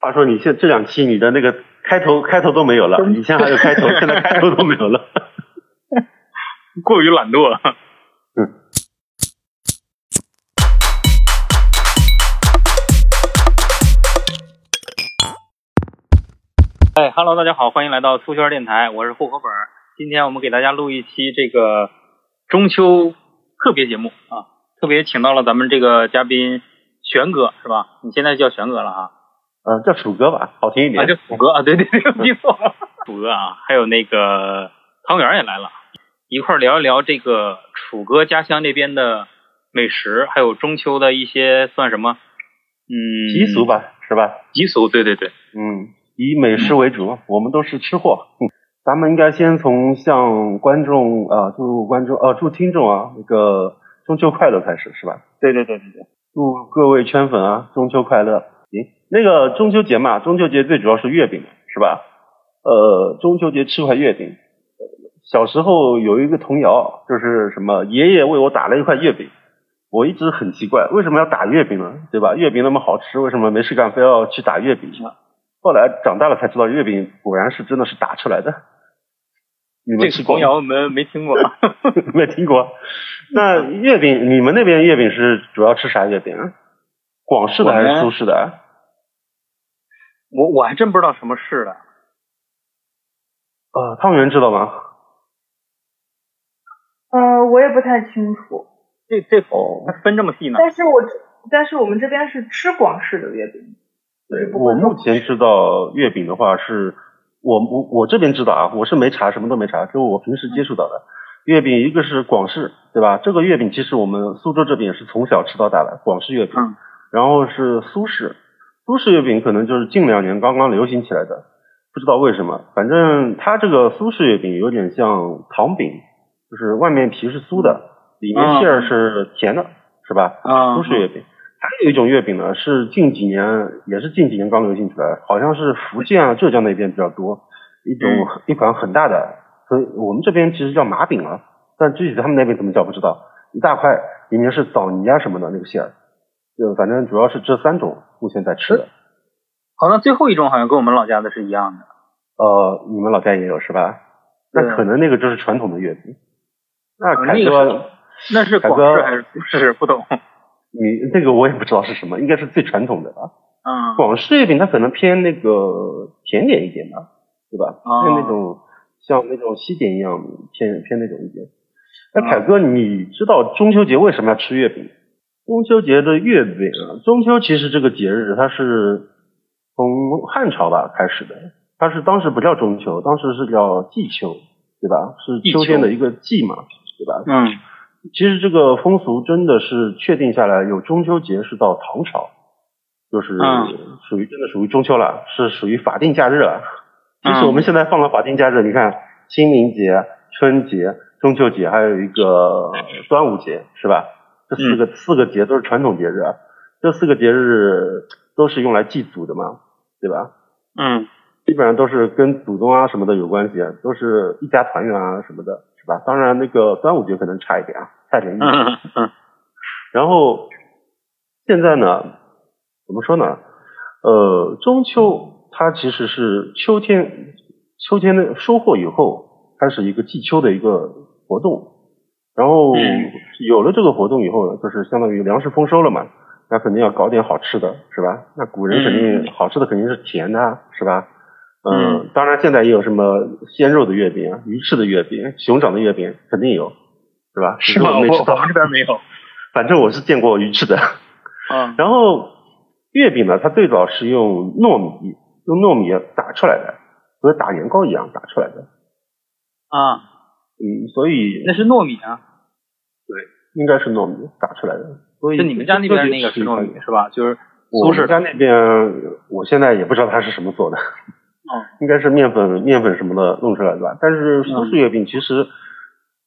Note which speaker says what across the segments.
Speaker 1: 话说你现这两期你的那个开头开头都没有了，以前还有开 头，现在开头都没 有了。
Speaker 2: 过于懒惰了。哎哈喽，大家好，欢迎来到苏圈电台，我是户口本儿。今天我们给大家录一期这个中秋特别节目啊，特别请到了咱们这个嘉宾玄哥，是吧？你现在叫玄哥了啊？
Speaker 1: 呃，叫楚哥吧，好听一点。
Speaker 2: 啊，就鼠哥啊，对对 对，没错，鼠哥啊，还有那个汤圆儿也来了，一块儿聊一聊这个楚哥家乡那边的美食，还有中秋的一些算什么？嗯，
Speaker 1: 习俗，吧，是吧？
Speaker 2: 习俗，对对对，
Speaker 1: 嗯，以美食为主，我们都是吃货。嗯咱们应该先从向观众啊、呃祝观众呃，祝听众啊，那个中秋快乐开始，是吧？
Speaker 2: 对对对对对，
Speaker 1: 祝各位圈粉啊，中秋快乐！行，那个中秋节嘛，中秋节最主要是月饼，是吧？呃，中秋节吃块月饼。小时候有一个童谣，就是什么爷爷为我打了一块月饼，我一直很奇怪，为什么要打月饼呢？对吧？月饼那么好吃，为什么没事干非要去打月饼呢？后来长大了才知道，月饼果然是真的是打出来的。你们
Speaker 2: 这
Speaker 1: 吃
Speaker 2: 个
Speaker 1: 过
Speaker 2: 童
Speaker 1: 吗？
Speaker 2: 谣我们没 听过，
Speaker 1: 没听过。那月饼，你们那边月饼是主要吃啥月饼啊？广式的还是苏式的啊？
Speaker 2: 我我还真不知道什么是的，
Speaker 1: 呃，汤圆知道吗？
Speaker 3: 呃，我也不太清楚，
Speaker 2: 这这还分这么细呢？
Speaker 3: 但是我但是我们这边是吃广式的月饼，就是不
Speaker 1: 我
Speaker 3: 会做
Speaker 1: 目前知道月饼的话是，我我我这边知道啊，我是没查，什么都没查，就我平时接触到
Speaker 3: 嗯
Speaker 1: 的。月饼一个是广式，对吧？这个月饼其实我们苏州这边也是从小吃到大的广式月饼，
Speaker 2: 嗯
Speaker 1: 然后是苏式，苏式月饼可能就是近两年刚刚流行起来的，不知道为什么，反正它这个苏式月饼有点像糖饼，就是外面皮是酥
Speaker 3: 嗯
Speaker 1: 的，里面馅儿是甜的，是吧？
Speaker 2: 啊
Speaker 1: 苏式月饼。嗯还有一种月饼呢，是近几年也是近几年刚流行起来，好像是福建啊、浙江那边比较多，一种、
Speaker 2: 嗯
Speaker 1: 一款很大的，所以我们这边其实叫麻饼啊，但具体他们那边怎么叫不知道。一大块，里面是枣泥啊什么的那个馅儿，就反正主要是这三种目前在吃的。
Speaker 2: 好，那最后一种好像跟我们老家的是一样的，
Speaker 1: 呃，你们老家也有是吧？那
Speaker 2: 对
Speaker 1: 可能那个就是传统的月饼。那
Speaker 2: 啊
Speaker 1: 凯
Speaker 2: 那个
Speaker 1: 哥，
Speaker 2: 是那是
Speaker 1: 凯
Speaker 2: 广
Speaker 1: 哥
Speaker 2: 式还是苏式？不懂，
Speaker 1: 你那个我也不知道是什么，应该是最传统的吧。
Speaker 2: 嗯，
Speaker 1: 广式月饼它可能偏那个甜点一点吧，对吧？
Speaker 2: 哦
Speaker 1: 偏那种像那种西点一样偏偏那种一点。那凯哥，你知道中秋节为什么要吃月饼？中秋节的月饼啊，中秋其实这个节日它是从汉朝吧开始的，它是当时不叫中秋，当时是叫季秋，对吧？是
Speaker 2: 季
Speaker 1: 秋
Speaker 2: 秋
Speaker 1: 天的一个季嘛，对吧？
Speaker 2: 嗯，
Speaker 1: 其实这个风俗真的是确定下来，有中秋节是到唐朝，就是
Speaker 2: 嗯
Speaker 1: 属于真的属于中秋了，是属于法定假日了。 其实
Speaker 2: 嗯
Speaker 1: 我们现在放了法定假日，你看清明节、春节、中秋节，还有一个端午节，是吧？这四个、
Speaker 2: 嗯
Speaker 1: 四个节都是传统节日，啊，这四个节日都是用来祭祖的嘛，对吧？
Speaker 2: 嗯，
Speaker 1: 基本上都是跟祖宗啊什么的有关系，都是一家团圆啊什么的，是吧？当然那个端午节可能差一点啊，差点意思。
Speaker 2: 嗯嗯
Speaker 1: 然后现在呢，怎么说呢？呃，中秋它其实是秋天，秋天的收获以后，开始一个祭秋的一个活动。然后
Speaker 2: 嗯
Speaker 1: 有了这个活动以后呢，就是相当于粮食丰收了嘛，那肯定要搞点好吃的，是吧？那古人肯定好吃的肯定是甜的啊，是吧？呃
Speaker 2: 嗯，
Speaker 1: 当然现在也有什么鲜肉的月饼啊、鱼翅的月饼、熊掌的月饼，肯定有，是吧？只
Speaker 2: 是吗？
Speaker 1: 我
Speaker 2: 我
Speaker 1: 没吃到
Speaker 2: 我们这边没有，
Speaker 1: 反正我是见过鱼翅的。
Speaker 2: 嗯
Speaker 1: 然后月饼呢，它最早是用糯米用糯米打出来的，和打年糕一样打出来的。
Speaker 2: 啊。
Speaker 1: 嗯，所以
Speaker 2: 那是糯米啊，
Speaker 1: 应该是糯米打出来的。所以
Speaker 2: 就你们家那边那个
Speaker 1: 是
Speaker 2: 是糯米是吧？就是
Speaker 1: 我
Speaker 2: 苏
Speaker 1: 们
Speaker 2: 式
Speaker 1: 家
Speaker 2: 的，
Speaker 1: 那边，我现在也不知道它是什么做的，
Speaker 2: 哦，
Speaker 1: 应该是面粉、面粉什么的弄出来的吧。但是苏式月饼其实，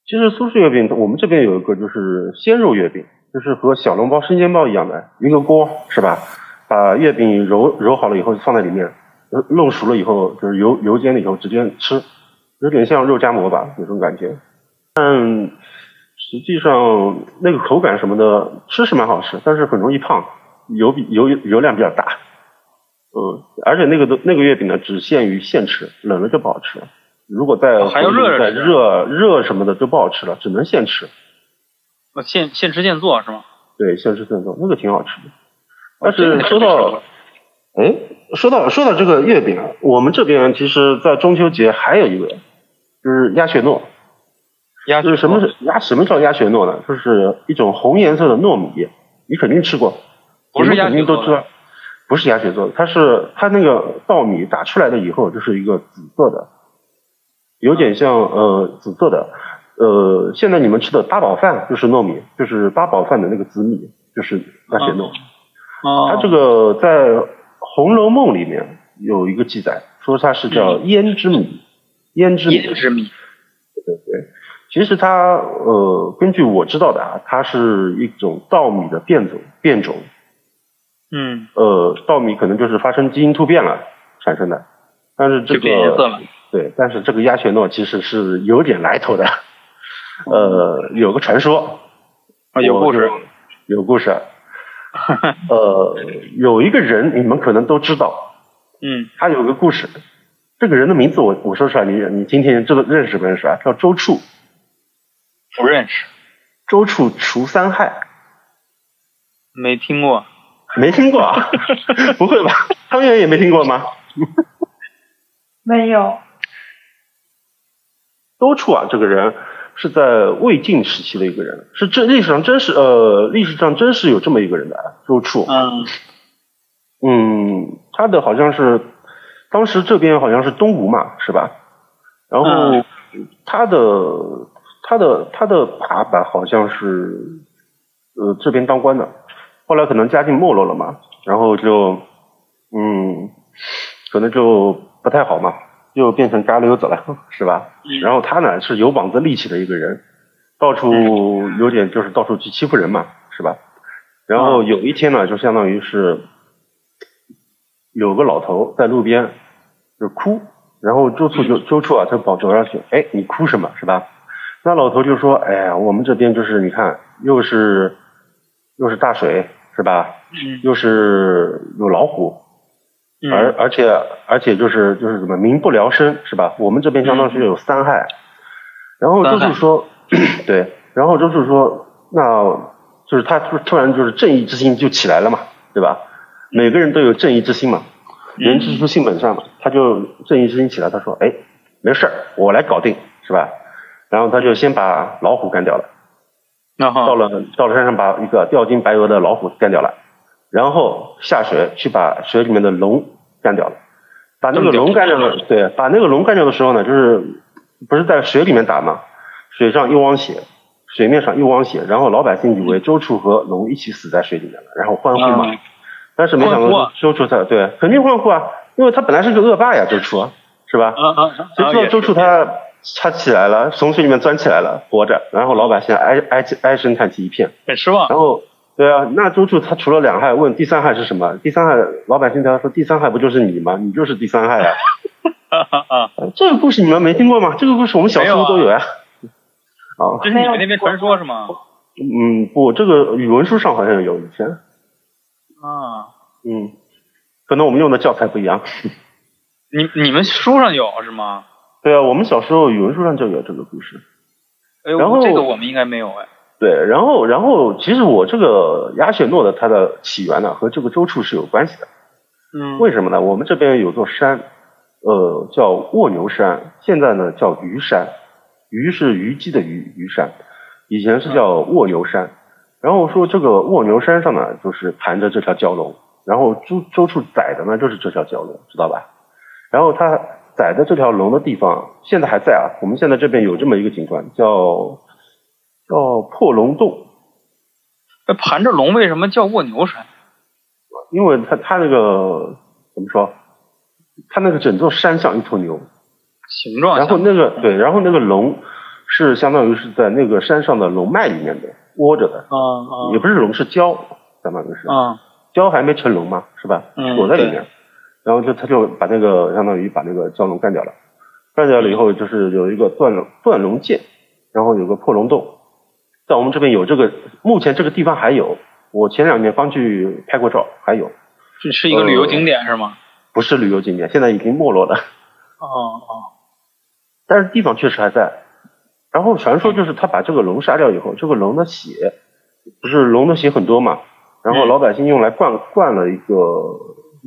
Speaker 1: 其实苏式月饼我们这边有一个就是鲜肉月饼，就是和小笼包、生煎包一样的，一个锅是吧？把月饼揉揉好了以后放在里面，呃弄熟了以后就是油油煎了以后直接吃，有点像肉夹馍吧那种感觉。但实际上那个口感什么的吃是蛮好吃，但是很容易胖，油比油油量比较大。嗯，而且那个都那个月饼呢，只限于现吃，冷了就不好吃。如果在
Speaker 2: 哦还要热着
Speaker 1: 再
Speaker 2: 吃
Speaker 1: 热热什么的就不好吃了，只能现吃。
Speaker 2: 那现现吃现做是吗？
Speaker 1: 对，现吃现做，那个挺好吃的。
Speaker 2: 哦
Speaker 1: 但
Speaker 2: 这
Speaker 1: 是
Speaker 2: 个
Speaker 1: 说
Speaker 2: 没吃
Speaker 1: 到
Speaker 2: 过，
Speaker 1: 哎，说到说到这个月饼啊，我们这边其实，在中秋节还有一个，就是鸭血糯。
Speaker 2: 鸭
Speaker 1: 就是什么是鸭？什么叫鸭血糯呢？就是一种红颜色的糯米，你肯定吃过，
Speaker 2: 不
Speaker 1: 你
Speaker 2: 是
Speaker 1: 们
Speaker 2: 鸭血
Speaker 1: 肯定
Speaker 2: 做
Speaker 1: 都知
Speaker 2: 的
Speaker 1: 道，不是鸭血做的，它是它那个稻米打出来了以后，就是一个紫色的，有点像呃紫色的，呃，现在你们吃的八宝饭就是糯米，就是八宝饭的那个紫米，就是鸭血糯。
Speaker 2: 哦，
Speaker 1: 它这个在《红楼梦》里面有一个记载，说它是叫
Speaker 2: 嗯
Speaker 1: 胭脂米，胭脂米，
Speaker 2: 胭脂米
Speaker 1: 其实它呃，根据我知道的啊，它是一种稻米的变种变种，
Speaker 2: 嗯，
Speaker 1: 呃，稻米可能就是发生基因突变了产生的，但是这
Speaker 2: 就
Speaker 1: 个
Speaker 2: 变颜色了。
Speaker 1: 对，但是这个鸭血糯其实是有点来 头的，呃，有个传说，
Speaker 2: 啊，有故事
Speaker 1: 我，就，有 故事，呃，有一个人你们可能都知道，
Speaker 2: 嗯，
Speaker 1: 他有个故事，这个人的名字我我说出来，你你今天知道认识不认识啊？叫周处，
Speaker 2: 不认识，
Speaker 1: 周处除三害。
Speaker 2: 没听过，
Speaker 1: 没听过啊？不会吧？汤圆也没听过吗？
Speaker 3: 没有，
Speaker 1: 周处啊，这个人是在魏晋时期的一个人，是真历史上真是呃，历史上真是有这么一个人的啊周处。
Speaker 2: 嗯
Speaker 1: 嗯，他的好像是当时这边好像是东吴嘛，是吧？然后
Speaker 2: 嗯
Speaker 1: 他的、他的他的爸爸好像是呃这边当官的，后来可能家境没落了嘛，然后就嗯，可能就不太好嘛，就变成街溜子了，是吧？
Speaker 2: 嗯
Speaker 1: 然后他呢是有膀子力气的一个人，到处有点就是到处去欺负人嘛，是吧？然后有一天呢，就相当于是有个老头在路边就哭，然后周处就周处啊，他跑走上去，哎，你哭什么是吧？那老头就说，哎呀，我们这边就是你看，又是又是大水是吧？
Speaker 2: 嗯
Speaker 1: 又是有老虎，
Speaker 2: 嗯，
Speaker 1: 而而且而且就是就是什么民不聊生是吧？我们这边相当是有三害，然后周
Speaker 2: 嗯三害
Speaker 1: 处说， 对，然后周处说，那就是他突突然就是正义之心就起来了嘛，对吧？每个人都有正义之心嘛，
Speaker 2: 嗯
Speaker 1: 人之初性本善嘛，他就正义之心起来，他说，哎，没事儿，我来搞定是吧？然后他就先把老虎干掉了。
Speaker 2: 然
Speaker 1: 到
Speaker 2: 后
Speaker 1: 了到了山上把一个吊睛白额的老虎干掉了，然后下水去把水里面的龙干掉了，把那个龙干掉了，对，把那个龙干掉的时候呢，就是不是在水里面打嘛，水上一汪血，水面上一汪血，然后老百姓以为周处和龙一起死在水里面了，然后欢呼嘛，
Speaker 2: 嗯
Speaker 1: 但是没想
Speaker 2: 欢呼
Speaker 1: 到
Speaker 2: 啊
Speaker 1: 周处他对肯定欢呼啊，因为他本来是个恶霸呀，周处啊是吧？
Speaker 2: 啊啊啊，
Speaker 1: 谁知道
Speaker 2: 也
Speaker 1: 周处
Speaker 2: 是
Speaker 1: 他他起来了，从水里面钻起来了，活着，然后老百姓唉唉唉声叹气一片。
Speaker 2: 很失 望，
Speaker 1: 然后，对啊，那周处他除了两害，问第三害是什么？第三害，老百姓他说第三害不就是你吗？你就是第三害啊！
Speaker 2: 啊啊啊！
Speaker 1: 呃这个故事你们没听过吗？这个故事我们小时候都有呀、啊。 啊，
Speaker 2: 这是你们那边传说是吗？
Speaker 1: 嗯，不，这个语文书上好像有以前，
Speaker 2: 啊，
Speaker 1: 嗯，可能我们用的教材不一样。
Speaker 2: 你你们书上有是吗？
Speaker 1: 对啊，我们小时候语文书上就有这个故事。
Speaker 2: 哎呦，
Speaker 1: 然后
Speaker 2: 这个我们应该没有哎。
Speaker 1: 对，然后，然后，其实我这个鸭血糯的它的起源呢，和这个周处是有关系的。
Speaker 2: 嗯，
Speaker 1: 为什么呢？我们这边有座山，呃，叫卧牛山，现在呢叫鱼山，鱼是虞姬的虞，鱼山，以前是叫卧牛山。然后说这个卧牛山上呢，就是盘着这条蛟龙，然后周周处宰的呢就是这条蛟龙，知道吧？然后他宰的这条龙的地方现在还在啊，我们现在这边有这么一个景观叫叫破龙洞，
Speaker 2: 那盘着龙为什么叫卧牛山？
Speaker 1: 因为它它那个怎么说，它那个整座山像一头牛，
Speaker 2: 形状
Speaker 1: 然
Speaker 2: 像
Speaker 1: 后那个对，然后那个龙是相当于是在那个山上的龙脉里面的窝着的，
Speaker 2: 啊
Speaker 1: 也不是龙是蛟，相当于是
Speaker 2: 啊啊！
Speaker 1: 蛟还没成龙嘛，是吧
Speaker 2: 嗯？
Speaker 1: 躲在里面，然后就他就把那个相当于把那个蛟龙干掉了，干掉了以后就是有一个断龙断龙剑，然后有个破龙洞，在我们这边有这个，目前这个地方还有，我前两年刚去拍过照，还有。呃
Speaker 2: 这是一个旅游景点是吗？
Speaker 1: 不是旅游景点，现在已经没落了，
Speaker 2: 哦哦，
Speaker 1: 但是地方确实还在。然后传说就是他把这个龙杀掉以后，这个龙的血，不是龙的血很多嘛，然后
Speaker 2: 嗯
Speaker 1: 老百姓用来灌灌了一个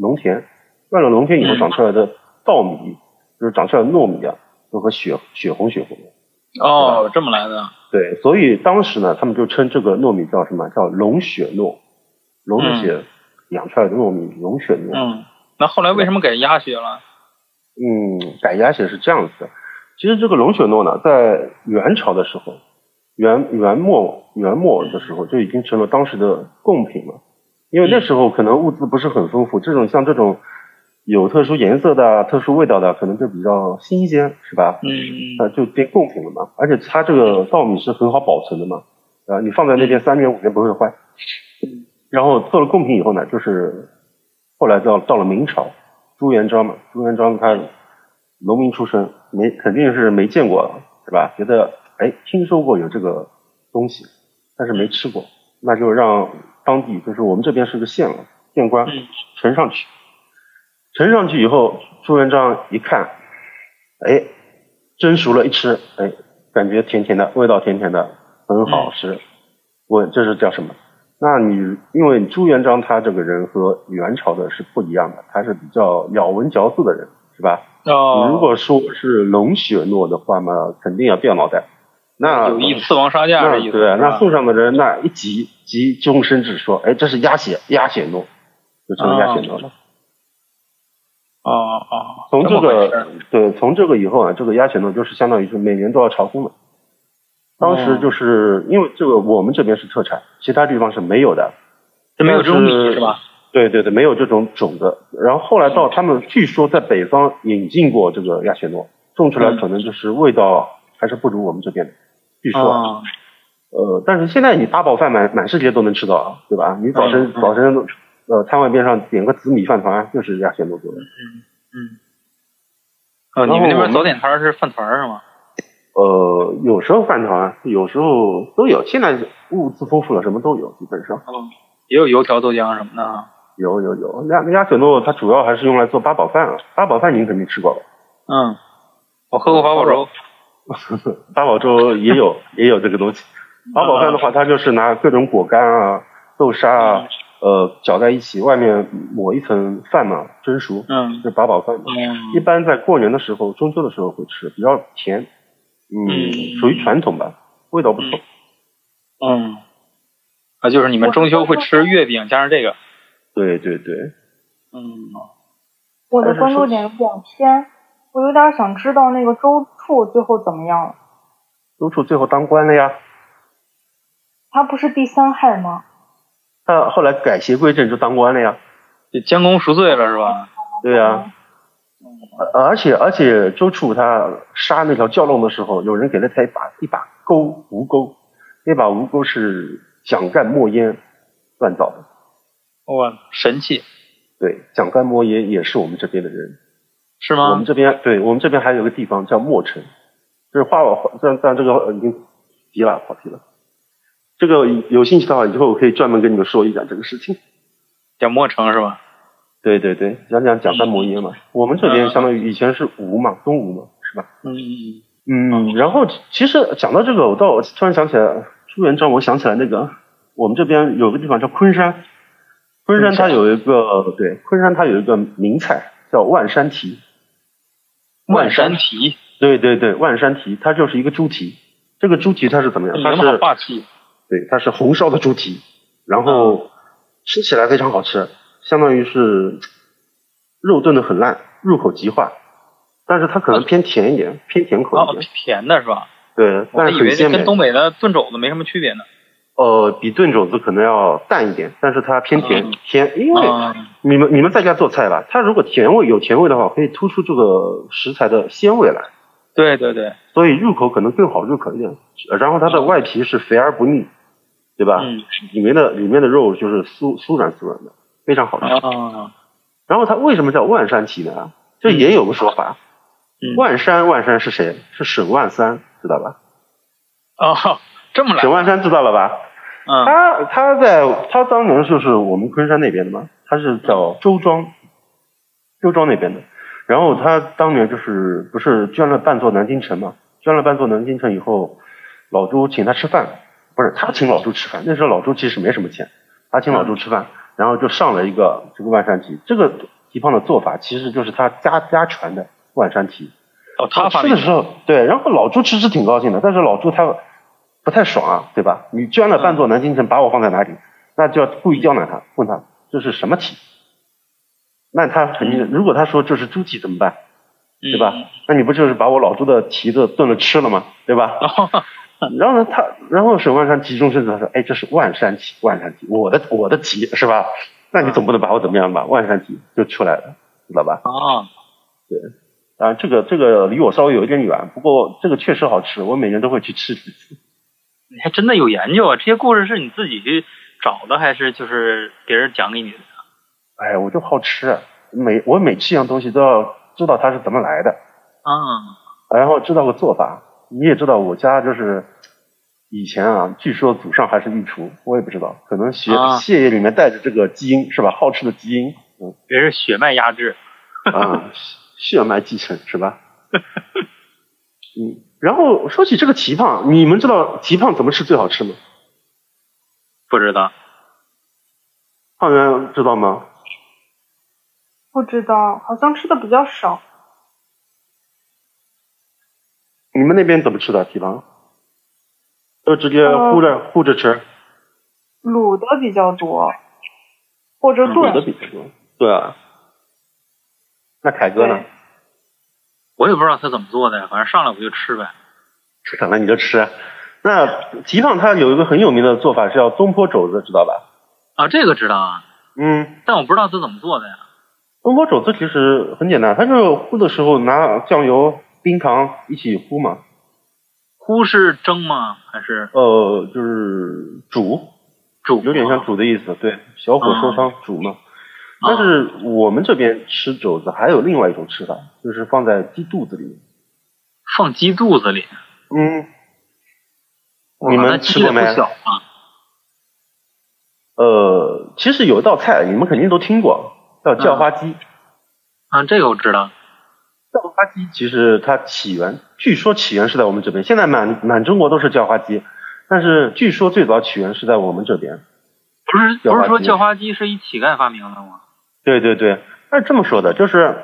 Speaker 1: 农田，灌了农田以后
Speaker 2: 嗯
Speaker 1: 长出来的稻米，就是长出来的糯米啊，都和血血红血红的。
Speaker 2: 哦，这么来的，
Speaker 1: 对，所以当时呢，他们就称这个糯米叫什么？叫龙血糯，龙的血养出来的糯米，龙血糯。
Speaker 2: 嗯，那后来为什么改鸭血了？
Speaker 1: 嗯，改鸭血是这样子的。其实这个龙血糯呢，在元朝的时候，元元末元末的时候就已经成了当时的贡品了。因为那时候可能物资不是很丰富，这种像这种有特殊颜色的啊、特殊味道的啊，可能就比较新鲜，是吧？
Speaker 2: 嗯
Speaker 1: 那呃就变贡品了嘛。而且它这个稻米是很好保存的嘛，啊，你放在那边
Speaker 2: 嗯
Speaker 1: 三年五年不会坏。然后做了贡品以后呢，就是后来到到了明朝，朱元璋嘛，朱元璋他农民出身，没肯定是没见过，是吧？觉得哎听说过有这个东西，但是没吃过，那就让当地就是我们这边是个县了，县官
Speaker 2: 嗯
Speaker 1: 呈上去，呈上去以后，朱元璋一看，哎，蒸熟了，一吃，哎，感觉甜甜的，味道甜甜的，很好
Speaker 2: 嗯
Speaker 1: 吃。问这是叫什么？那你因为朱元璋他这个人和元朝的是不一样的，他是比较咬文嚼字的人，是吧？
Speaker 2: 哦，
Speaker 1: 如果说是龙血糯的话嘛，肯定要掉脑袋。那
Speaker 2: 有意刺王杀价
Speaker 1: 那
Speaker 2: 的意思，
Speaker 1: 嗯对，啊
Speaker 2: 是吧
Speaker 1: 那送上的人那一急急中生智说，哎，这是鸭血，鸭血糯，就成了鸭血糯了。
Speaker 2: 哦哦，
Speaker 1: 从这
Speaker 2: 么回事
Speaker 1: 个
Speaker 2: 儿
Speaker 1: 对，从这个以后啊，这个鸭血呢，就是相当于是每年都要朝贡的。当
Speaker 2: 哦
Speaker 1: 时就是、因为这个，我们这边是特产，其他地方是没有的。
Speaker 2: 这没有这种米
Speaker 1: 但是
Speaker 2: 是吧？
Speaker 1: 对对对，没有这种种子。然后后来到他们据说在北方引进过这个鸭血糯，种出来
Speaker 2: 嗯
Speaker 1: 可能就是味道还是不如我们这边的。据说啊，
Speaker 2: 哦
Speaker 1: 呃，但是现在你八宝饭满满世界都能吃到啊，对吧？你早晨、
Speaker 2: 嗯嗯
Speaker 1: 早晨呃摊位边上点个紫米饭团，就是鸭血糯做的。
Speaker 2: 哦，你
Speaker 1: 然后
Speaker 2: 们那
Speaker 1: 我
Speaker 2: 边
Speaker 1: 们
Speaker 2: 早点摊儿是饭团儿是吗？
Speaker 1: 呃，有时候饭团，有时候都有。现在物资丰富了，什么都有，基本上
Speaker 2: 哦，也有油条、豆浆什么的啊。
Speaker 1: 有有有。鸭鸭血糯它主要还是用来做八宝饭啊，八宝饭您肯定吃过吧？
Speaker 2: 嗯，我喝过八宝粥。
Speaker 1: 八宝粥也有也有这个东西。八宝饭的话，它就是拿各种果干啊、豆沙啊，呃，搅在一起，外面抹一层饭嘛，蒸熟，
Speaker 2: 嗯
Speaker 1: 这八宝饭嘛。一
Speaker 2: 嗯
Speaker 1: 般在过年的时候、中秋的时候会吃，比较甜，嗯，
Speaker 2: 嗯
Speaker 1: 属于传统吧，味道不错。
Speaker 2: 嗯，啊，就是你们中秋会吃月饼，加上这个。
Speaker 1: 对对对，
Speaker 2: 嗯，
Speaker 3: 我的关注点有点偏，我有点想知道那个周处最后怎么样了。
Speaker 1: 周处最后当官了呀。
Speaker 3: 他不是第三害吗？
Speaker 1: 他后来改邪归正就当官了呀。
Speaker 2: 就将功赎罪了是吧？
Speaker 1: 对呀、而而且而且周处他杀那条蛟龙的时候，有人给了他一把一把钩吴钩，那把吴钩是蒋干莫邪锻造的。
Speaker 2: 哇，神器
Speaker 1: 对，蒋干莫邪也是我们这边的人。
Speaker 2: 是
Speaker 1: 我
Speaker 2: 吗
Speaker 1: 们？这边对我们这边还有个地方叫墨城，就是花我但但这个呃已经急了跑题了。这个有兴趣的话，以后我可以专门跟你们说一讲这个事情。
Speaker 2: 叫莫城是吧？
Speaker 1: 对对对，讲讲讲干摩耶嘛，我们这边相当于以前是吴嘛，东吴嘛，是吧？
Speaker 2: 嗯嗯
Speaker 1: 嗯，然后其实讲到这个，我倒突然想起来朱元璋，我想起来那个我们这边有个地方叫昆山，昆山它有一个对，昆山它有一个名菜叫万山蹄，
Speaker 2: 嗯，万山
Speaker 1: 蹄，
Speaker 2: 蹄，
Speaker 1: 对对对，万山蹄，它就是一个猪蹄，这个猪蹄它是怎么样？
Speaker 2: 你
Speaker 1: 它
Speaker 2: 们好
Speaker 1: 是
Speaker 2: 霸气。
Speaker 1: 对，它是红烧的猪蹄，然
Speaker 2: 嗯
Speaker 1: 后吃起来非常好吃，相当于是肉炖的很烂，入口即化，但是它可能偏甜一点，偏甜口一
Speaker 2: 啊哦
Speaker 1: 点，，
Speaker 2: 甜的是吧？
Speaker 1: 对，
Speaker 2: 我还
Speaker 1: 但
Speaker 2: 以
Speaker 1: 是很
Speaker 2: 为这
Speaker 1: 鲜美
Speaker 2: 跟。东北的炖肘子没什么区别呢。
Speaker 1: 呃，比炖肘子可能要淡一点，但是它偏甜
Speaker 2: 嗯，
Speaker 1: 甜，因为
Speaker 2: 嗯
Speaker 1: 你们你们在家做菜吧，它如果甜味有甜味的话，可以突出这个食材的鲜味来，
Speaker 2: 对对对，
Speaker 1: 所以入口可能更好入口一点。呃然后它的外皮是肥而不腻，对吧？
Speaker 2: 嗯
Speaker 1: 里面的里面的肉就是酥酥软酥软的，非常好吃。
Speaker 2: 啊，
Speaker 1: 然后它为什么叫万山蹄呢？这也有个说法，
Speaker 2: 嗯
Speaker 1: 万山万山是谁？是沈万三，知道吧？
Speaker 2: 哦， 这么来
Speaker 1: 沈，万山知道了吧？
Speaker 2: 嗯
Speaker 1: 他他在他当年就是我们昆山那边的嘛，他是叫周庄，周庄那边的。然后他当年就是不是捐了半座南京城嘛？捐了半座南京城以后，老朱请他吃饭，不是他请老朱吃饭。那时候老朱其实没什么钱，他请老朱吃饭，然后就上了一个这个万山蹄。这个蹄胖的做法其实就是他家家传的万山蹄。
Speaker 2: 哦，他发
Speaker 1: 吃
Speaker 2: 明
Speaker 1: 的时候，对，然后老朱吃是挺高兴的，但是老朱他不太爽啊，对吧？你捐了
Speaker 2: 嗯
Speaker 1: 半座南京城，把我放在哪里？那就要故意刁难他，问他这是什么蹄？那他肯
Speaker 2: 嗯
Speaker 1: 定，如果他说这是猪蹄怎么办？对吧？那你不就是把我老朱的蹄子炖了吃了吗？对 吧？然后呢，他然后沈万山急中生智，他说：“哎，这是万山蹄，万山蹄，我的我的蹄是吧？那你总不能把我怎么样吧？万山蹄就出来了，知道吧？
Speaker 2: 啊，
Speaker 1: 当然，这个这个离我稍微有一点远，不过这个确实好吃，我每年都会去吃几次。
Speaker 2: 你还真的有研究啊！这些故事是你自己去找的，还是就是别人讲给你的？
Speaker 1: 哎，我就好吃，每我每吃一样东西都要知道它是怎么来的，
Speaker 2: 啊，
Speaker 1: 然后知道个做法。你也知道，我家就是以前啊，据说祖上还是御厨，我也不知道，可能血、
Speaker 2: 啊
Speaker 1: 血液里面带着这个基因是吧？好吃的基因，嗯
Speaker 2: 别人血脉压制。
Speaker 1: 啊，血血脉继承是吧？嗯，然后说起这个蹄胖，你们知道蹄胖怎么吃最好吃吗？
Speaker 2: 不知道，
Speaker 1: 胖圆知道吗？
Speaker 3: 不知道，好像吃的比较少。
Speaker 1: 你们那边怎么吃的蹄膀？都直接
Speaker 3: 呃
Speaker 1: 烀着烀着吃，
Speaker 3: 卤的比较多，或者
Speaker 1: 嗯卤的
Speaker 3: 炖。
Speaker 1: 比较多。对啊。那凯哥呢
Speaker 3: 对？
Speaker 2: 我也不知道他怎么做的，反正上来我就吃呗。
Speaker 1: 吃上来你就吃。那蹄膀它有一个很有名的做法是要东坡肘子，知道吧？
Speaker 2: 啊，这个知道啊，
Speaker 1: 嗯，
Speaker 2: 但我不知道他怎么做的呀。
Speaker 1: 东坡肘子其实很简单，它就是烀的时候拿酱油、冰糖一起烀嘛。
Speaker 2: 烀是蒸吗？还是
Speaker 1: 呃，就是煮，
Speaker 2: 煮？
Speaker 1: 有点像煮的意思，对，小火烧汤煮嘛。但是我们这边吃肘子还有另外一种吃法，就是放在鸡肚子里面。
Speaker 2: 放鸡肚子里。
Speaker 1: 嗯，你们吃过没
Speaker 2: 哇那鸡也不小啊，
Speaker 1: 呃，其实有一道菜你们肯定都听过，
Speaker 2: 嗯
Speaker 1: 叫叫花鸡。
Speaker 2: 啊，这个我知道。
Speaker 1: 叫花鸡其实它起源，据说起源是在我们这边，现在满满中国都是叫花鸡，但是据说最早起源是在我们这边。
Speaker 2: 不是
Speaker 1: 叫花鸡
Speaker 2: 不是说叫花鸡是一乞丐发明的吗？
Speaker 1: 对对对，那是这么说的，就是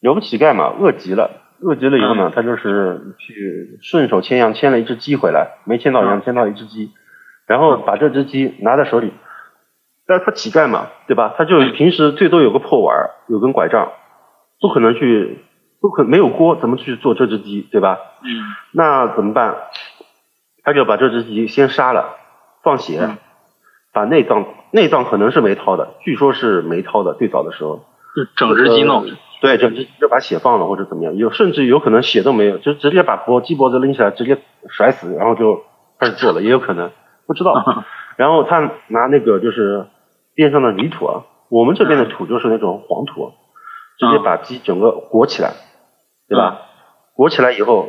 Speaker 1: 有个乞丐嘛，饿极了，饿极了以后呢，他就是去顺手牵羊，牵了一只鸡回来，没牵到羊，
Speaker 2: 嗯
Speaker 1: 牵到一只鸡，然后把这只鸡拿在手里。但是他乞丐嘛，对吧？他就
Speaker 2: 嗯
Speaker 1: 平时最多有个破碗儿，有根拐杖，不可能去，不可没有锅，怎么去做这只鸡，对吧？
Speaker 2: 嗯
Speaker 1: 那怎么办？他就把这只鸡先杀了，放血，
Speaker 2: 嗯
Speaker 1: 把内脏内脏可能是没掏的，据说是没掏的，最早的时候。
Speaker 2: 就整只鸡弄
Speaker 1: 呃。对，整只鸡就把血放了或者怎么样，有甚至有可能血都没有，就直接把脖鸡脖子拎起来直接甩死，然后就开始做了，也有可能不知道。然后他拿那个就是边上的泥土啊，我们这边的土就是那种黄土，直接把鸡整个裹起来，对吧？裹起来以后，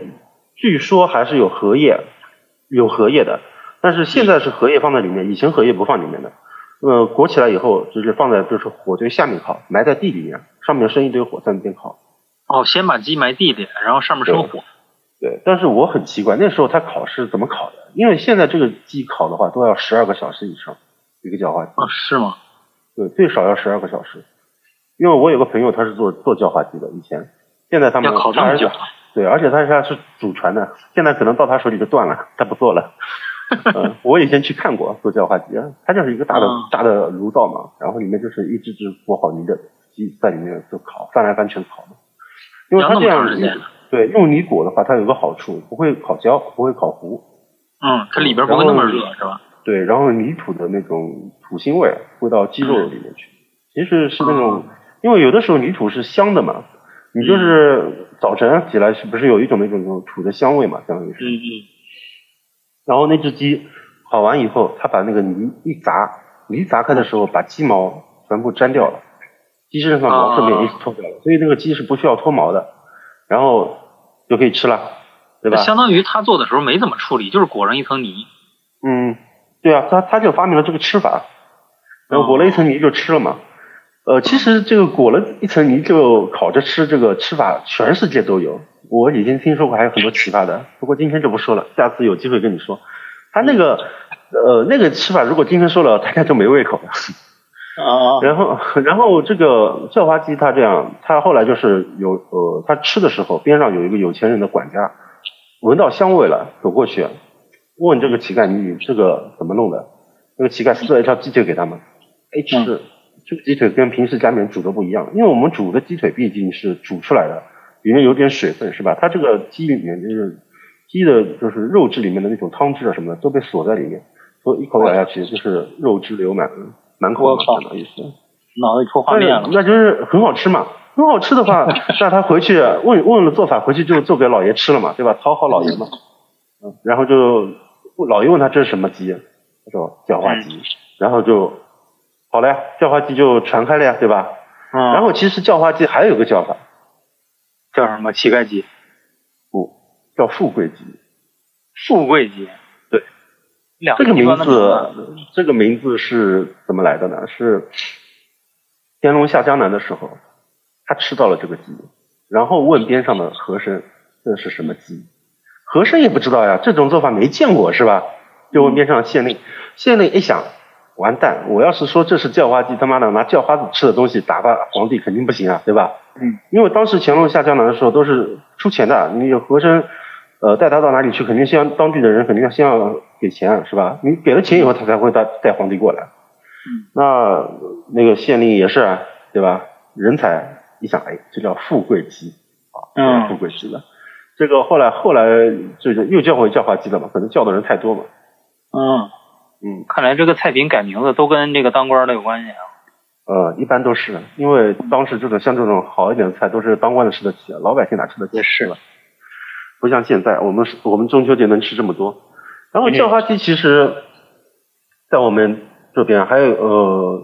Speaker 1: 据说还是有荷叶，有荷叶的，但是现在是荷叶放在里面，以前荷叶不放里面的。呃，裹起来以后，就是放在就是火堆下面烤，埋在地里面，上面生一堆火在那边烤。
Speaker 2: 哦，先把鸡埋地里，然后上面生火。
Speaker 1: 对，但是我很奇怪，那时候他烤是怎么烤的？因为现在这个鸡烤的话，都要十二个小时以上，一个叫花鸡，
Speaker 2: 哦，是吗？
Speaker 1: 对，最少要十二个小时。因为我有个朋友，他是做做叫花鸡的，以前，现在他们
Speaker 2: 要烤这
Speaker 1: 他
Speaker 2: 么
Speaker 1: 儿子
Speaker 2: 久啊？
Speaker 1: 对，而且他家是祖传的，现在可能到他手里就断了，他不做了。 嗯，我以前去看过做叫花鸡，它就是一个大的、
Speaker 2: 嗯
Speaker 1: 大的炉灶嘛，然后里面就是一只只裹好泥的鸡在里面就烤，翻来翻去烤嘛。因为
Speaker 2: 要
Speaker 1: 它
Speaker 2: 那
Speaker 1: 这
Speaker 2: 么
Speaker 1: 样
Speaker 2: 长时间？啊
Speaker 1: 对，用泥裹的话，它有个好处，不会烤焦，不会烤糊。
Speaker 2: 嗯，它里边不会那么热是吧？
Speaker 1: 对，然后泥土的那种土腥味会到鸡肉里面去，其实是那种，因为有的时候泥土是香的嘛，你就是早晨起来是不是有一种那种那种土的香味嘛，相当于是。
Speaker 2: 嗯嗯。
Speaker 1: 然后那只鸡烤完以后，它把那个泥一砸，泥砸开的时候把鸡毛全部粘掉了，鸡身上毛顺便也一起脱掉了，所以那个鸡是不需要脱毛的，然后就可以吃了，对吧
Speaker 2: 那？相当于他做的时候没怎么处理，就是裹上一层泥。
Speaker 1: 嗯，对啊，他他就发明了这个吃法，然后裹了一层泥就吃了嘛。呃，其实这个裹了一层泥就烤着吃，这个吃法全世界都有。我已经听说过，还有很多奇葩的。不过今天就不说了，下次有机会跟你说。他那个呃那个吃法，如果今天说了，大家就没胃口了。
Speaker 2: 啊，
Speaker 1: 然后， 然后这个叫花鸡他这样，他后来就是有呃，他吃的时候边上有一个有钱人的管家，闻到香味了，走过去问这个乞丐你这个怎么弄的？那个乞丐撕了一条鸡腿给他们，哎
Speaker 2: 嗯
Speaker 1: 吃，这个鸡腿跟平时家里面煮的不一样，因为我们煮的鸡腿毕竟是煮出来的，里面有点水分是吧？它这个鸡里面就是鸡的就是肉质里面的那种汤汁啊什么的都被锁在里面，所以一口咬下去就是肉汁流满。满口
Speaker 2: 我靠
Speaker 1: 相当于是，
Speaker 2: 脑子里出画面了。
Speaker 1: 那就是很好吃嘛。很好吃的 话，那他回去问问了做法，回去就做给老爷吃了嘛，对吧？讨好老爷嘛。嗯，然后就老爷问他这是什么鸡，他说叫花
Speaker 2: 嗯
Speaker 1: 鸡，然后就好了呀，叫花鸡就传开了呀，对吧？
Speaker 2: 嗯，
Speaker 1: 然后其实叫花鸡还有一个叫法，
Speaker 2: 叫什么乞丐鸡、
Speaker 1: 不叫富贵鸡。
Speaker 2: 富贵鸡，
Speaker 1: 对，
Speaker 2: 两
Speaker 1: 这个
Speaker 2: 地
Speaker 1: 名
Speaker 2: 方的
Speaker 1: 字，这个名字是怎么来的呢？是乾隆下江南的时候，他吃到了这个鸡，然后问边上的和珅这是什么鸡，和珅也不知道呀，这种做法没见过是吧？就问边上的县令，县令一想，完蛋，我要是说这是叫花鸡，他妈的拿叫花子吃的东西打发皇帝肯定不行啊，对吧？
Speaker 2: 嗯，
Speaker 1: 因为当时乾隆下江南的时候都是出钱的，你有和珅，呃，带他到哪里去，肯定先要当地的人肯定要先要给钱，啊是吧？你给了钱以后，他才会带带皇帝过来。
Speaker 2: 嗯，
Speaker 1: 那那个县令也是啊，对吧？人才一想，哎，这叫富贵鸡啊，
Speaker 2: 嗯
Speaker 1: 富贵鸡了。这个后来后来这个又叫回叫花鸡了嘛，可能叫的人太多嘛。
Speaker 2: 嗯，
Speaker 1: 嗯，
Speaker 2: 看来这个菜品改名字都跟这个当官的有关系啊。
Speaker 1: 呃，一般都是因为当时这种像这种好一点的菜都是当官的吃得起，啊老百姓哪吃得起？
Speaker 2: 也是
Speaker 1: 吧？不像现在，我们是我们中秋节能吃这么多。然后
Speaker 2: 嗯
Speaker 1: 叫花鸡其实，在我们这边还有呃，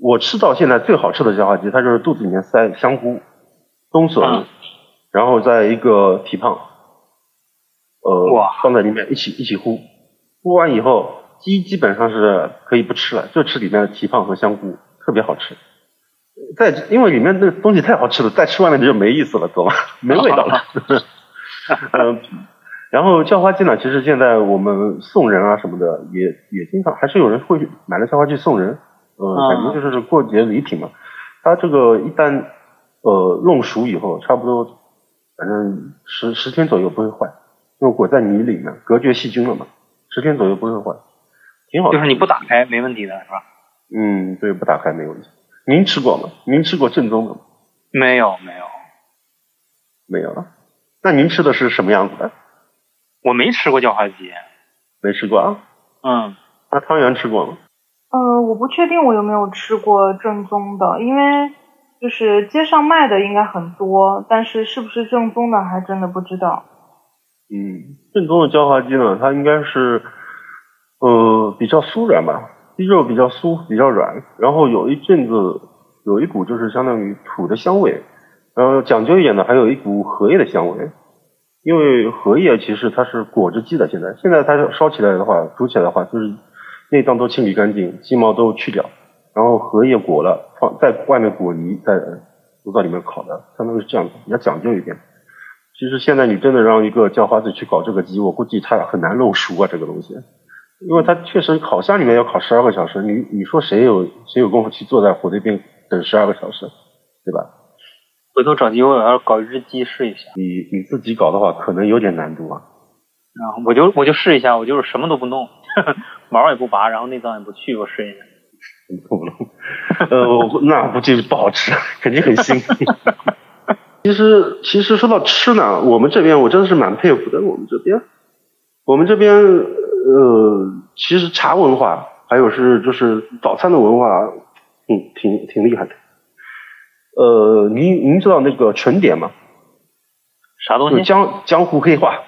Speaker 1: 我吃到现在最好吃的叫花鸡，它就是肚子里面塞香菇、冬笋，
Speaker 2: 嗯
Speaker 1: 然后再一个蹄膀，呃
Speaker 2: 哇，
Speaker 1: 放在里面一起一起烀，烀完以后，鸡基本上是可以不吃了，就吃里面的蹄膀和香菇，特别好吃。再因为里面那东西太好吃了，再吃外面的就没意思了，懂吗？没味道了。 嗯，然后叫花鸡呢，其实现在我们送人啊什么的，也也经常还是有人会买了叫花鸡送人，呃，
Speaker 2: 啊
Speaker 1: 感觉就是过节礼品嘛。它这个一般呃弄熟以后，差不多反正十十天左右不会坏，因为裹在泥里面，隔绝细菌了嘛，十天左右不会坏，挺好的。
Speaker 2: 就是你不打开没问题的是吧？
Speaker 1: 嗯，对，不打开没有问题。您吃过吗？您吃过正宗的吗？
Speaker 2: 没有没有，
Speaker 1: 没有啊。那您吃的是什么样子的？
Speaker 2: 我没吃过叫花鸡。
Speaker 1: 没吃过啊？
Speaker 2: 嗯
Speaker 1: 那汤圆吃过吗？
Speaker 3: 呃，我不确定我有没有吃过正宗的，因为就是街上卖的应该很多，但是是不是正宗的还真的不知道。
Speaker 1: 嗯，正宗的叫花鸡呢，它应该是呃比较酥软吧，鸡肉比较酥，比较软，然后有一阵子有一股就是相当于土的香味，然后讲究一点的还有一股荷叶的香味，因为荷叶其实它是裹着鸡的，现在现在它烧起来的话，煮起来的话就是内脏都清理干净，鸡毛都去掉，然后荷叶裹了，放在外面裹泥，在炉灶里面烤的，相当于是这样子，比较讲究一点。其实现在你真的让一个叫花子去搞这个鸡，我估计他很难弄熟啊，这个东西，因为它确实烤箱里面要烤十二个小时，你你说谁有谁有功夫去坐在火堆边等十二个小时，对吧？
Speaker 2: 回头找机会我要搞一只鸡试一下。
Speaker 1: 你你自己搞的话，可能有点难度啊。
Speaker 2: 然后我就我就试一下，我就是什么都不弄， 毛也不拔，然后内脏也不去，我试一下。
Speaker 1: 你懂不懂？ 呃，我那估计不好吃，肯定很腥。其实，其实说到吃呢，我们这边我真的是蛮佩服的。我们这边，我们这边，呃，其实茶文化还有是就是早餐的文化，嗯，挺挺厉害的。呃，您您知道那个纯点吗？
Speaker 2: 啥
Speaker 1: 就
Speaker 2: 东
Speaker 1: 是
Speaker 2: 西
Speaker 1: 江江湖黑话，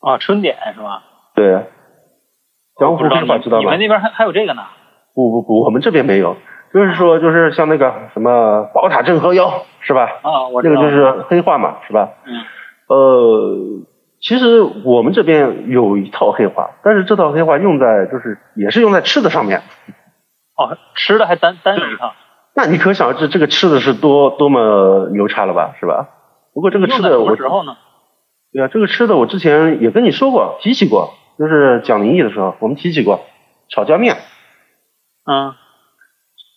Speaker 2: 啊？春点是吧？
Speaker 1: 对，江湖
Speaker 2: 不知道
Speaker 1: 黑话
Speaker 2: 你
Speaker 1: 知道
Speaker 2: 你
Speaker 1: 吧
Speaker 2: 们？那边还还有这个呢？
Speaker 1: 不不不，我们这边没有。就是说，就是像那个什么宝塔镇河妖，是吧？
Speaker 2: 啊，我
Speaker 1: 这
Speaker 2: 知
Speaker 1: 个
Speaker 2: 道。
Speaker 1: 就是黑话嘛，是吧？
Speaker 2: 嗯
Speaker 1: 呃，其实我们这边有一套黑话，但是这套黑话用在就是也是用在吃的上面。
Speaker 2: 哦，吃的还单单有一套。
Speaker 1: 那你可想而知，这个吃的是多多么牛叉了吧，是吧？不过这个吃的
Speaker 2: 用
Speaker 1: 我
Speaker 2: 在什么时候呢？
Speaker 1: 对啊，这个吃的我之前也跟你说过，提起过，就是讲灵异的时候，我们提起过炒椒面。
Speaker 2: 嗯，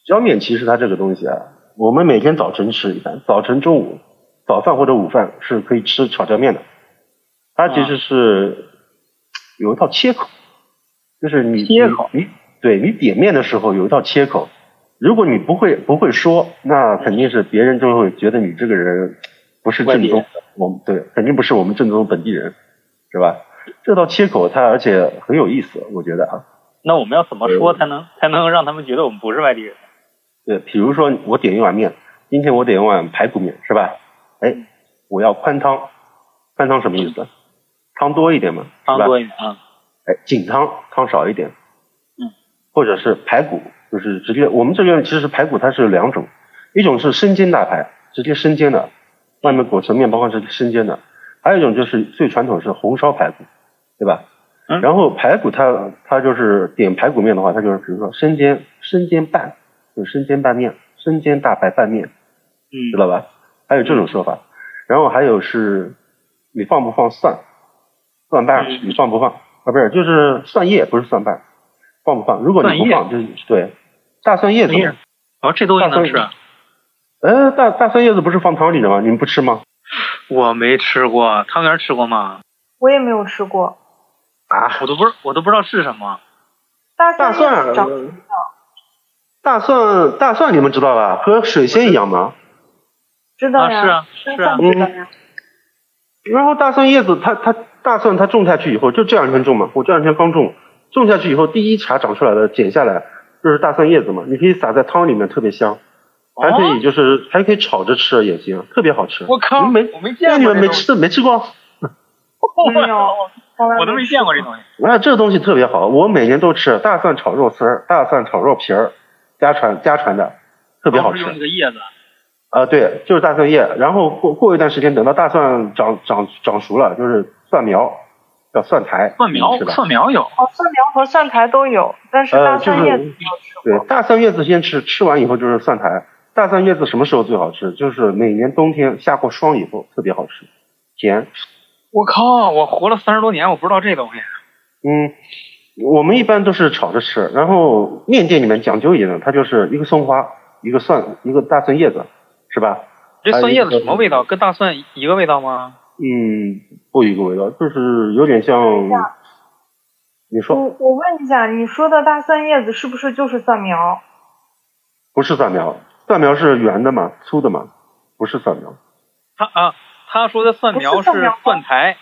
Speaker 1: 椒面其实它这个东西啊，我们每天早晨吃一般，早晨、中午、早饭或者午饭是可以吃炒椒面的。它其实是有一道切口，就是你
Speaker 2: 切口
Speaker 1: 你你对你点面的时候有一道切口，如果你不会不会说，那肯定是别人就会觉得你这个人不是
Speaker 2: 外
Speaker 1: 正
Speaker 2: 地人
Speaker 1: 宗，我们对肯定不是我们正宗本地人，是吧？这道切口它而且很有意思，我觉得啊，
Speaker 2: 那我们要怎么说才能才能让他们觉得我们不是外地人？
Speaker 1: 对，呃比如说我点一碗面，今天我点一碗排骨面，是吧？哎，我要宽汤，宽汤什么意思？汤多一点嘛，是吧
Speaker 2: 汤多一点啊，
Speaker 1: 哎，紧汤汤少一点，
Speaker 2: 嗯，
Speaker 1: 或者是排骨，就是直接我们这边其实排骨它是有两种，一种是生煎大排，直接生煎的，外面裹成面包糠是生煎的，还有一种就是最传统是红烧排骨，对吧？
Speaker 2: 嗯
Speaker 1: 然后排骨它它就是点排骨面的话，它就是比如说生煎生煎拌，就是生煎拌面，生煎大排拌面，知
Speaker 2: 嗯，
Speaker 1: 道吧？还有这种说法，然后还有是，你放不放蒜，蒜瓣
Speaker 2: 嗯
Speaker 1: 你放不放啊？不是，就是蒜叶，不是蒜瓣，放不放？如果你不
Speaker 2: 蒜叶
Speaker 1: 放，就是对，大蒜叶子嘛，
Speaker 2: 哦，这东西能吃啊？
Speaker 1: 呃，大大蒜叶子不是放汤里的吗？你们不吃吗？
Speaker 2: 我没吃过，汤圆吃过吗？
Speaker 3: 我也没有吃过。
Speaker 1: 啊，
Speaker 2: 我都不知我都不知道是什么。
Speaker 3: 大
Speaker 1: 大
Speaker 3: 蒜叶
Speaker 1: 蒜
Speaker 3: 子长
Speaker 1: 呃大蒜大蒜你们知道吧？和水仙一样嘛。
Speaker 3: 知道呀，
Speaker 2: 啊是啊
Speaker 3: 生
Speaker 2: 是啊
Speaker 3: 蒜
Speaker 1: 嗯
Speaker 3: 知道呀。
Speaker 1: 然后大蒜叶子它它大蒜它种下去以后，就这两天种嘛，我这两天刚种，种下去以后第一茬长出来的剪下来就是大蒜叶子嘛，你可以撒在汤里面，特别香。还可以就是还可以炒着吃也行，特别好吃。
Speaker 2: 哦我靠
Speaker 1: 你们没
Speaker 2: 我没见过
Speaker 1: 那你们
Speaker 2: 这
Speaker 1: 没
Speaker 2: 东西
Speaker 1: 吃没吃过？
Speaker 2: 哦，
Speaker 3: 没哦有从来
Speaker 2: 我都没见过这东西。
Speaker 1: 啊，这东西特别好，我每年都吃大蒜炒肉丝儿、大蒜炒肉皮儿，家传家传的，特
Speaker 2: 特
Speaker 1: 别好吃。
Speaker 2: 哦用那个叶子。
Speaker 1: 啊、对，就是大蒜叶，然后过过一段时间，等到大蒜长长长熟了，就是蒜苗，叫蒜苔，
Speaker 2: 蒜苗
Speaker 1: 是，吧？
Speaker 2: 蒜苗有。
Speaker 3: 哦，蒜苗和蒜苔都有，但是大
Speaker 1: 呃，就
Speaker 3: 蒜叶
Speaker 1: 是
Speaker 3: 子没有吃过。
Speaker 1: 对大蒜叶子先吃，吃完以后就是蒜苔。大蒜叶子什么时候最好吃？就是每年冬天下过霜以后特别好吃，甜。
Speaker 2: 我靠！我活了三十多年，我不知道这东西。
Speaker 1: 嗯，我们一般都是炒着吃，然后面店里面讲究一点的，它就是一个松花，一个蒜，一个大蒜叶子，是吧？
Speaker 2: 这蒜叶子
Speaker 1: 还有一个
Speaker 2: 什么味道？跟大蒜一个味道吗？
Speaker 1: 嗯，不一个味道，就是有点像
Speaker 3: 等一嗯下。
Speaker 1: 你说
Speaker 3: 我我问一下，你说的大蒜叶子是不是就是蒜苗？
Speaker 1: 不是蒜苗，蒜苗是圆的嘛，粗的嘛，不是蒜苗。
Speaker 2: 他啊，他说的蒜苗嗯
Speaker 3: 不是蒜苗吗
Speaker 2: 蒜苔，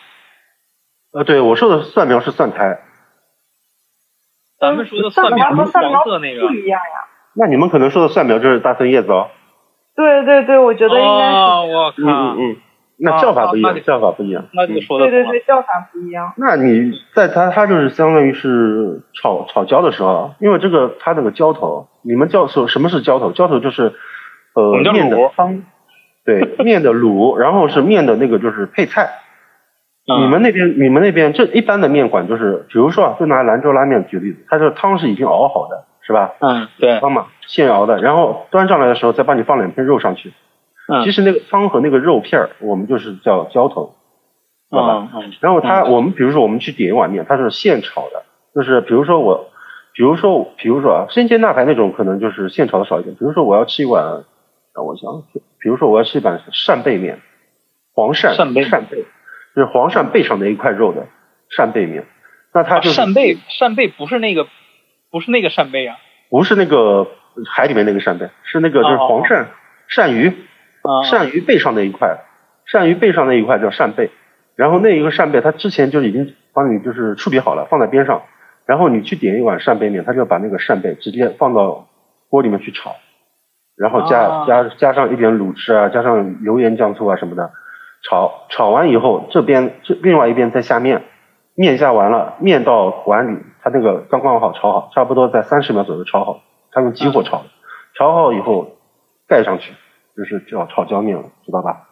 Speaker 1: 呃，对我说的蒜苗是蒜苔，
Speaker 2: 咱们说的
Speaker 3: 蒜
Speaker 2: 苗
Speaker 3: 和
Speaker 2: 是
Speaker 3: 蒜苗
Speaker 2: 黄色那个
Speaker 3: 不。一样呀。
Speaker 1: 那你们可能说的蒜苗就是大蒜叶子哦。
Speaker 3: 对对对，我觉得应该是。
Speaker 2: 哦，我
Speaker 1: 嗯嗯
Speaker 2: 靠！
Speaker 1: 嗯，那叫法不一
Speaker 2: 啊啊
Speaker 1: 样
Speaker 2: 那，
Speaker 1: 叫法不一样。
Speaker 2: 那就
Speaker 1: 嗯
Speaker 2: 说的
Speaker 3: 对对
Speaker 2: 错了。
Speaker 3: 对，叫法不一样。
Speaker 1: 那你在它它就是相当于是炒炒焦的时候啊，因为这个它那个浇头，你们叫什什么是浇头？浇头就是呃
Speaker 2: 我们叫
Speaker 1: 面的
Speaker 2: 卤
Speaker 1: 汤，对面的卤，然后是面的那个就是配菜。
Speaker 2: 嗯
Speaker 1: 你们那边你们那边这一般的面馆就是，比如说啊，就拿兰州拉面举例子，它这汤是已经熬好的，是吧？
Speaker 2: 嗯，对，
Speaker 1: 汤嘛，现熬的，然后端上来的时候再帮你放两片肉上去。
Speaker 2: 嗯
Speaker 1: 其实那个汤和那个肉片儿，我们就是叫浇头，知道吧？
Speaker 2: 嗯嗯
Speaker 1: 然后它，
Speaker 2: 嗯
Speaker 1: 我们比如说我们去点一碗面，它是现炒的，就是比如说我，比如说比如说啊，生煎大排那种可能就是现炒的少一点。比如说我要吃一碗，让我想，想，比如说我要吃一碗扇贝面，黄鳝
Speaker 2: 扇贝
Speaker 1: 扇贝，就是黄鳝背上的一块肉的扇贝面。那它
Speaker 2: 啊
Speaker 1: 就是
Speaker 2: 扇贝，扇贝不是那个，不是那个扇贝啊。
Speaker 1: 不是那个海里面那个扇贝，是那个就是
Speaker 2: 哦哦
Speaker 1: 黄鳝鳝鱼
Speaker 2: 啊，
Speaker 1: 鳝鱼背上那一块，鳝鱼背上那一块叫扇贝，然后那一个扇贝它之前就已经帮你就是处理好了，放在边上，然后你去点一碗扇贝面，它就把那个扇贝直接放到锅里面去炒，然后加、
Speaker 2: 啊
Speaker 1: 加加上一点卤汁啊，加上油盐酱醋啊什么的，炒炒完以后，这边这另外一边再下面，面下完了，面到碗里，它那个刚刚好炒好，差不多在三十秒左右炒好，它用急火炒的，炒好以后盖上去，就是叫炒椒面了，知道吧？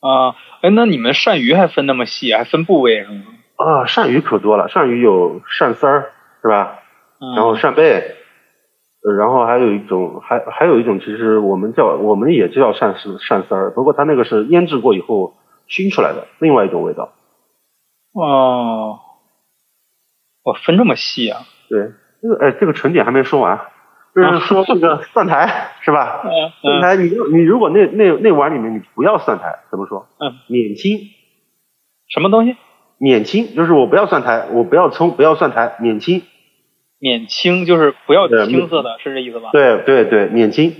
Speaker 2: 啊，哎，那你们鳝鱼还分那么细，还分部位是吗？
Speaker 1: 啊，鳝鱼可多了，鳝鱼有鳝丝儿是吧？
Speaker 2: 嗯
Speaker 1: 然后扇贝，呃然后还有一种，还还有一种，其实我们叫我们也叫鳝丝鳝丝儿，不过它那个是腌制过以后熏出来的另外一种味道。
Speaker 2: 哦，哇，分这么细啊？
Speaker 1: 对，这个哎，这个纯点还没说完，就是说这个蒜苔是吧？
Speaker 2: 嗯
Speaker 1: 蒜
Speaker 2: 嗯
Speaker 1: 苔，你要你如果那那那碗里面你不要蒜苔，怎么说？
Speaker 2: 嗯，
Speaker 1: 免清，
Speaker 2: 什么东西？
Speaker 1: 免清就是我不要蒜苔，我不要葱，不要蒜苔，免清。
Speaker 2: 免青就是不要
Speaker 1: 对
Speaker 2: 青色的，是这意思吧？
Speaker 1: 对对对，免清。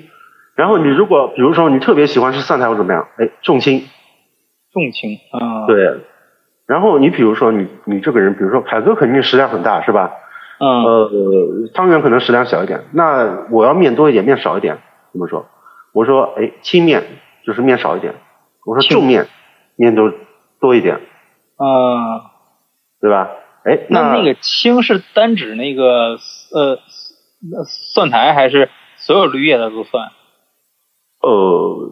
Speaker 1: 然后你如果比如说你特别喜欢吃蒜苔或怎么样，哎，重青。
Speaker 2: 重青啊，，
Speaker 1: 对。然后你比如说你你这个人，比如说凯哥肯定食量很大是吧？
Speaker 2: 嗯，
Speaker 1: 呃，汤圆可能食量小一点，那我要面多一点，面少一点，怎么说？我说，哎，轻面就是面少一点，我说
Speaker 2: 轻
Speaker 1: 重面面多多一点，
Speaker 2: 啊，
Speaker 1: 对吧？哎，
Speaker 2: 那那
Speaker 1: 呃那
Speaker 2: 个青是单指那个呃呃蒜苔，还是所有绿叶的都算？
Speaker 1: 呃，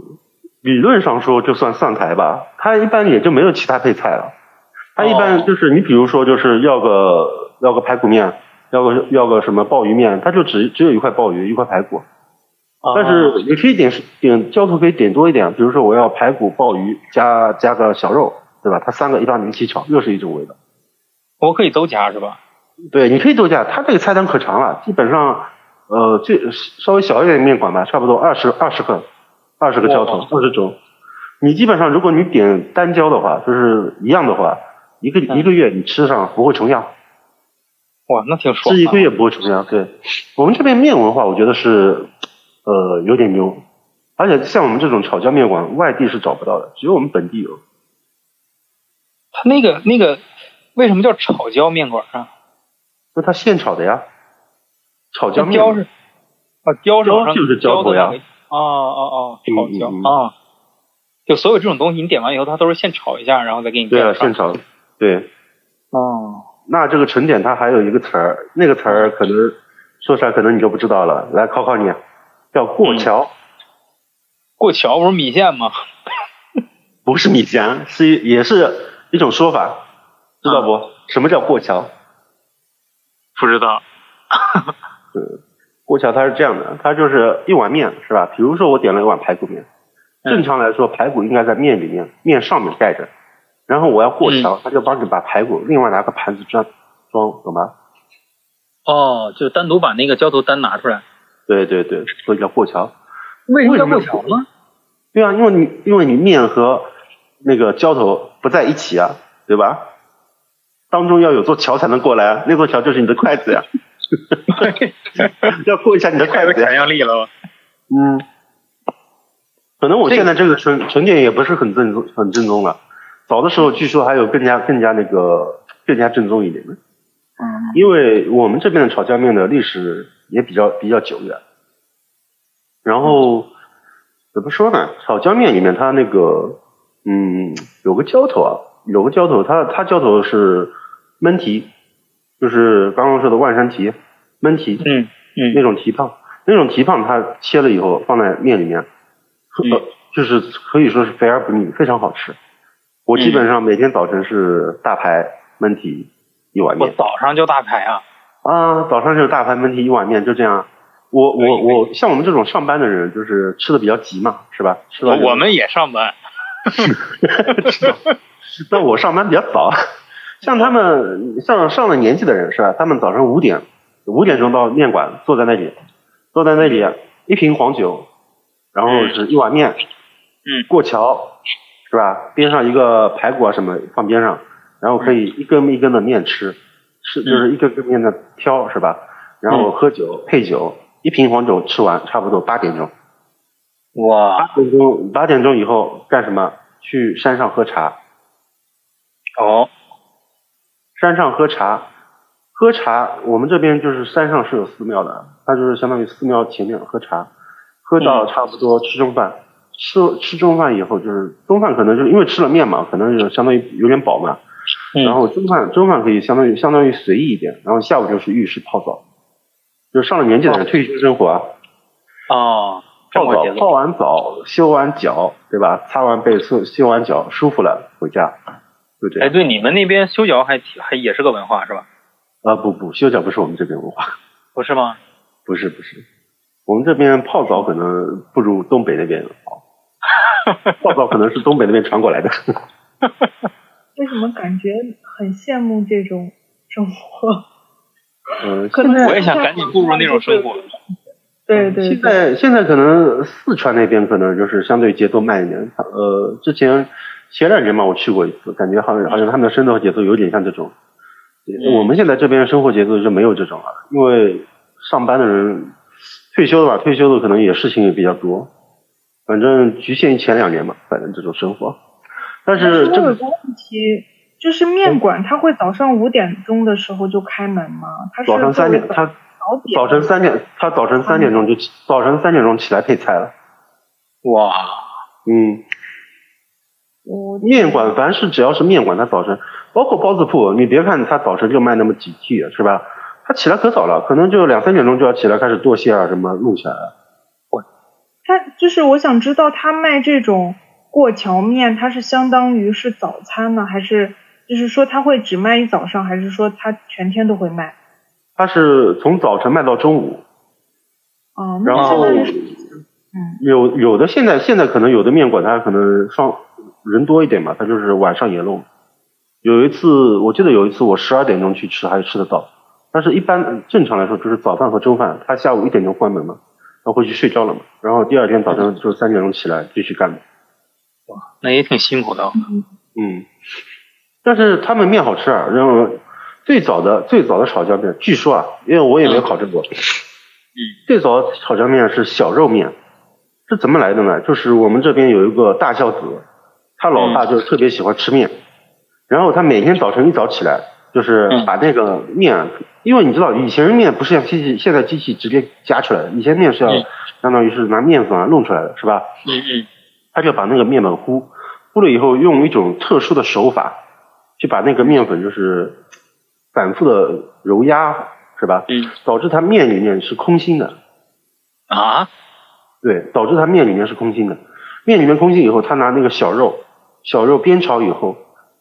Speaker 1: 理论上说就算蒜苔吧，它一般也就没有其他配菜了。它一
Speaker 2: 哦
Speaker 1: 般就是你比如说就是要个要个排骨面，要个要个什么鲍鱼面，它就只只有一块鲍鱼一块排骨，
Speaker 2: 啊
Speaker 1: 但是你可以点点浇头可以点多一点，比如说我要排骨、鲍鱼加加个小肉，对吧？它三个一般一起炒，又是一种味道。
Speaker 2: 我可以都加是吧？
Speaker 1: 对，你可以做价，它这个菜单可长了，基本上呃最稍微小一点的面馆吧，差不多二十二十个，二十个浇头
Speaker 2: 哇，
Speaker 1: 二十种。你基本上如果你点单浇的话，就是一样的话，一个、
Speaker 2: 嗯
Speaker 1: 一个月你吃上不会重样，
Speaker 2: 哇，那挺爽啊
Speaker 1: 吃一个
Speaker 2: 的。
Speaker 1: 月不会重样。对我们这边面文化，我觉得是呃有点牛，而且像我们这种炒椒面馆，外地是找不到的，只有我们本地有。
Speaker 2: 它那个那个为什么叫炒椒面馆啊？
Speaker 1: 那它现炒的呀，炒椒
Speaker 2: 那
Speaker 1: 面
Speaker 2: 椒是啊，椒是
Speaker 1: 椒
Speaker 2: 往上
Speaker 1: 就是
Speaker 2: 浇
Speaker 1: 浇头呀
Speaker 2: 的那个哦哦哦，
Speaker 1: 嗯
Speaker 2: 炒椒
Speaker 1: 嗯嗯
Speaker 2: 啊，就所有这种东西，你点完以后，它都是现炒一下，然后再给你
Speaker 1: 对
Speaker 2: 盖
Speaker 1: 啊，
Speaker 2: 上
Speaker 1: 现炒对。
Speaker 2: 哦，
Speaker 1: 那这个纯点它还有一个词儿，那个词儿可能说出来可能你就不知道了，来考考你，啊叫过桥，
Speaker 2: 过桥不是米线吗？
Speaker 1: 不是米线，是一也是一种说法，知道不？什么叫过桥？
Speaker 2: 不知道。
Speaker 1: 过桥它是这样的，它就是一碗面是吧？比如说我点了一碗排骨面，
Speaker 2: 嗯
Speaker 1: 正常来说排骨应该在面里面，面上面盖着，然后我要过桥，他就帮你把排骨另外拿个盘子装装，懂吗？
Speaker 2: 哦，就单独把那个浇头单拿出来。
Speaker 1: 对对对，所以叫过桥。
Speaker 2: 为什么叫
Speaker 1: 为
Speaker 2: 过
Speaker 1: 什么
Speaker 2: 桥呢？
Speaker 1: 对啊，因为你因为你面和那个浇头不在一起啊，对吧？当中要有座桥才能过来啊，那座桥就是你的筷 子呀、要过一下你的筷子呀、
Speaker 2: 象力了吧？
Speaker 1: 嗯，可能我现在这个纯纯点也不是很正宗，很正宗了。早的时候据说还有更加更加那个更加正宗一点的，
Speaker 2: 嗯，
Speaker 1: 因为我们这边的炒酱面的历史也比较比较久远。然后怎么说呢？炒酱面里面它那个，嗯，有个浇头啊，有个浇头，它它浇头是焖蹄，就是刚刚说的万山蹄，焖蹄，
Speaker 2: 嗯嗯
Speaker 1: 那种蹄膀，那种蹄膀它切了以后放在面里面，
Speaker 2: 嗯
Speaker 1: 呃，就是可以说是肥而不腻，非常好吃。我基
Speaker 2: 嗯
Speaker 1: 本上每天早晨是大排焖蹄一碗面
Speaker 2: 我。早上就大排啊。
Speaker 1: 啊，早上就是大盘焖蹄一碗面，就这样。我
Speaker 2: 可以
Speaker 1: 我我，像我们这种上班的人，就是吃的比较急嘛，是吧？吃到
Speaker 2: 我们也上班。
Speaker 1: 那我上班比较早， 像他们像上了年纪的人是啊吧？他们早上五点五点钟到面馆，坐在那里，坐在那里一瓶黄酒，然后
Speaker 2: 嗯
Speaker 1: 是一碗面，
Speaker 2: 嗯，
Speaker 1: 过桥是吧？边上一个排骨啊什么放边上，然后可以
Speaker 2: 嗯
Speaker 1: 一根一根的面吃，吃就是一根根面的挑是吧？然
Speaker 2: 嗯
Speaker 1: 后喝酒配酒，一瓶黄酒吃完差不多八点钟，八
Speaker 2: 哇
Speaker 1: 点钟八点钟以后干什么？去山上喝茶。
Speaker 2: 哦，
Speaker 1: 山上喝茶，喝茶，我们这边就是山上是有寺庙的，它就是相当于寺庙前面喝茶，喝到差不多吃中饭，吃吃中饭以后就是中饭可能就是因为吃了面嘛，可能就相当于有点饱嘛，
Speaker 2: 嗯
Speaker 1: 然后中饭中饭可以相当于相当于随意一点，然后下午就是浴室泡澡，就上了年纪的人退休生活啊，
Speaker 2: 哦，这
Speaker 1: 泡
Speaker 2: 么
Speaker 1: 澡
Speaker 2: 节
Speaker 1: 泡
Speaker 2: 奏。
Speaker 1: 完澡修完脚对吧，擦完背修修完脚舒服了回家，就这
Speaker 2: 哎，
Speaker 1: 样。
Speaker 2: 对，你们那边修脚还挺还也是个文化是吧？
Speaker 1: 啊不不，修脚不是我们这边文化，
Speaker 2: 不是吗？
Speaker 1: 不是不是。我们这边泡澡可能不如东北那边好，泡澡可能是东北那边传过来的。
Speaker 4: 为什么感觉很羡慕这种生 活？
Speaker 1: 嗯、
Speaker 4: 可能
Speaker 2: 我也想赶紧步入那种生活。
Speaker 4: 对
Speaker 2: 嗯
Speaker 4: 对
Speaker 1: 现
Speaker 4: 对，
Speaker 1: 在现在可能四川那边可能就是相对节奏慢一点，呃，之前前两年嘛我去过一次，感觉好像好像他们的生活节奏有点像这种。
Speaker 2: 嗯
Speaker 1: 我们现在这边生活节奏就没有这种了，因为上班的人退休了吧，退休的可能也事情也比较多，反正局限于前两年嘛，反正这种生活。但是
Speaker 4: 我有
Speaker 1: 这嗯
Speaker 4: 个问题，就是面馆它会早上五点钟的时候就开门吗？它是
Speaker 1: 早上三点，
Speaker 4: 作为
Speaker 1: 他
Speaker 4: 早点
Speaker 1: 早晨三点，他早晨三点钟就起早晨三点钟起来配菜了。
Speaker 2: 哇，
Speaker 1: 嗯，
Speaker 4: 我
Speaker 1: 面馆凡是只要是面馆，他早晨包括包子铺，你别看他早晨就卖那么几屉，是吧？他起来可早了，可能就两三点钟就要起来开始剁馅啊，什么弄起来了。
Speaker 4: 他就是我想知道他卖这种过桥面，它是相当于是早餐呢，还是就是说他会只卖一早上，还是说他全天都会卖？
Speaker 1: 他是从早晨卖到中午，
Speaker 4: 哦，
Speaker 1: 然
Speaker 4: 那相
Speaker 1: 后
Speaker 4: 当于是
Speaker 1: 有有的现在现在可能有的面馆它可能上人多一点嘛，它就是晚上也弄。有一次我记得有一次我十二点钟去吃还吃得到，但是一般正常来说就是早饭和中饭，他下午一点钟关门嘛，他回去睡觉了嘛，然后第二天早上就是三点钟起来继续干嘛。
Speaker 2: 那也挺辛苦的。
Speaker 1: 嗯，但是他们面好吃啊，然后最早的最早的炒酱面，据说啊，因为我也没有考证过，嗯，最早的炒酱面是小肉面，是怎么来的呢？就是我们这边有一个大孝子，他老
Speaker 2: 嗯
Speaker 1: 爸就特别喜欢吃面，然后他每天早晨一早起来，就是
Speaker 2: 嗯
Speaker 1: 把那个面，因为你知道以前面不是像机器，现在机器直接夹出来的，以前面是要
Speaker 2: 嗯
Speaker 1: 相当于是拿面粉啊弄出来的，是吧？
Speaker 2: 嗯嗯，
Speaker 1: 他就把那个面粉糊，糊了以后用一种特殊的手法，去把那个面粉就是反复的揉压，是吧？
Speaker 2: 嗯。
Speaker 1: 导致它面里面是空心的，
Speaker 2: 啊，
Speaker 1: 对，导致它面里面是空心的。面里面空心以后，他拿那个小肉，小肉煸炒以后，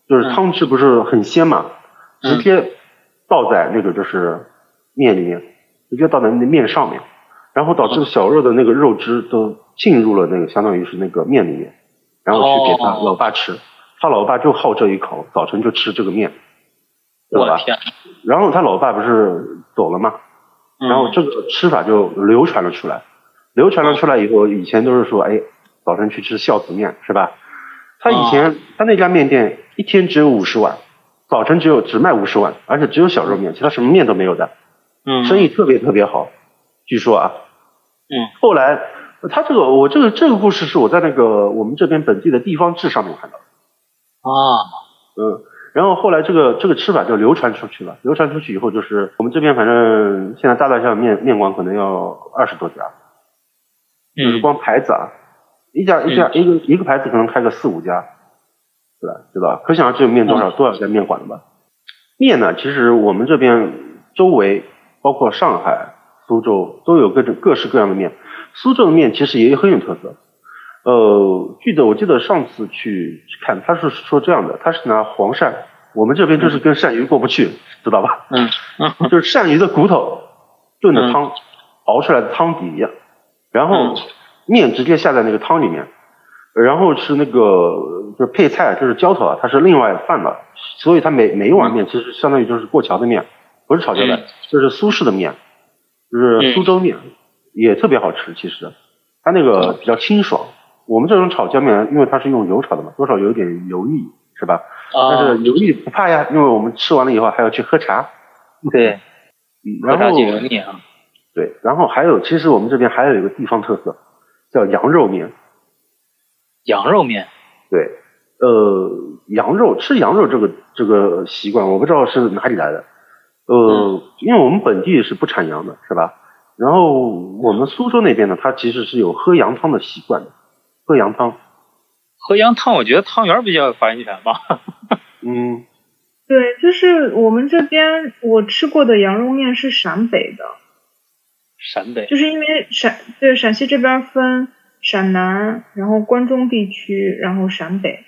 Speaker 1: 就是
Speaker 2: 嗯
Speaker 1: 汤汁不是很鲜嘛，
Speaker 2: 嗯
Speaker 1: 直接倒在那个就是面里面，直接倒在那面上面，然后导
Speaker 2: 嗯
Speaker 1: 致小肉的那个肉汁都浸入了那个相当于是那个面里面，然后去给他
Speaker 2: 哦
Speaker 1: 老爸吃，他老爸就好这一口，早晨就吃这个面，对
Speaker 2: 我
Speaker 1: 吧
Speaker 2: 的？天！
Speaker 1: 然后他老爸不是走了吗？
Speaker 2: 嗯
Speaker 1: 然后这个吃法就流传了出来，流传了出来以后，以前都是说，哎，早晨去吃孝子面是吧？他以
Speaker 2: 啊
Speaker 1: 前、他那家面店一天只有五十碗，早晨只有只卖五十碗，而且只有小肉面，其他什么面都没有的，
Speaker 2: 嗯，
Speaker 1: 生意特别特别好，据说啊。
Speaker 2: 嗯。
Speaker 1: 后来他这个我这个这个故事是我在那个我们这边本地的地方志上面看到的。
Speaker 2: 啊，
Speaker 1: 嗯，然后后来这个这个吃法就流传出去了，流传出去以后，就是我们这边反正现在大大小小面面馆可能要二十多家，就是
Speaker 2: 嗯
Speaker 1: 光牌子啊，一家一家、一个一个牌子可能开个四五家，对吧？对吧？可想而知面多少、多少家面馆了吧？面呢，其实我们这边周围包括上海、苏州都有各种各式各样的面。苏州的面其实也很有特色。呃，记得我记得上次去看，他是说这样的，他是拿黄鳝，我们这边就是跟鳝鱼过不去，知道吧？
Speaker 2: 嗯，
Speaker 1: 就是鳝鱼的骨头炖的
Speaker 2: 嗯
Speaker 1: 汤，熬出来的汤底一样，然后
Speaker 2: 嗯
Speaker 1: 面直接下在那个汤里面，然后是那个就是配菜，就是浇头啊，它是另外放的，所以它每每一碗面其实相当于就是过桥的面，不是炒椒的
Speaker 2: 嗯，
Speaker 1: 就是苏式的面，就是苏州面，也特别好吃。其实它那
Speaker 2: 哦
Speaker 1: 个比较清爽，我们这种炒椒面，因为它是用油炒的嘛，多少有点油腻，是吧？但
Speaker 2: 啊
Speaker 1: 是，油腻不怕呀，因为我们吃完了以后还要去喝茶。
Speaker 2: 对，
Speaker 1: 嗯
Speaker 2: 喝
Speaker 1: 然
Speaker 2: 茶
Speaker 1: 后
Speaker 2: 解油腻啊，
Speaker 1: 对，然后还有，其实我们这边还有一个地方特色，叫羊肉面。
Speaker 2: 羊肉面，
Speaker 1: 对，呃，羊肉吃羊肉这个这个习惯，我不知道是哪里来的。呃，
Speaker 2: 嗯
Speaker 1: 因为我们本地是不产羊的，是吧？然后我们苏州那边呢，它其实是有喝羊汤的习惯的，喝羊汤。
Speaker 2: 喝羊汤，我觉得汤圆儿比较有发言权吧。
Speaker 1: 嗯，
Speaker 4: 对，就是我们这边我吃过的羊肉面是陕北的，
Speaker 2: 陕北，
Speaker 4: 就是因为陕对陕西这边分陕南，然后关中地区，然后陕北，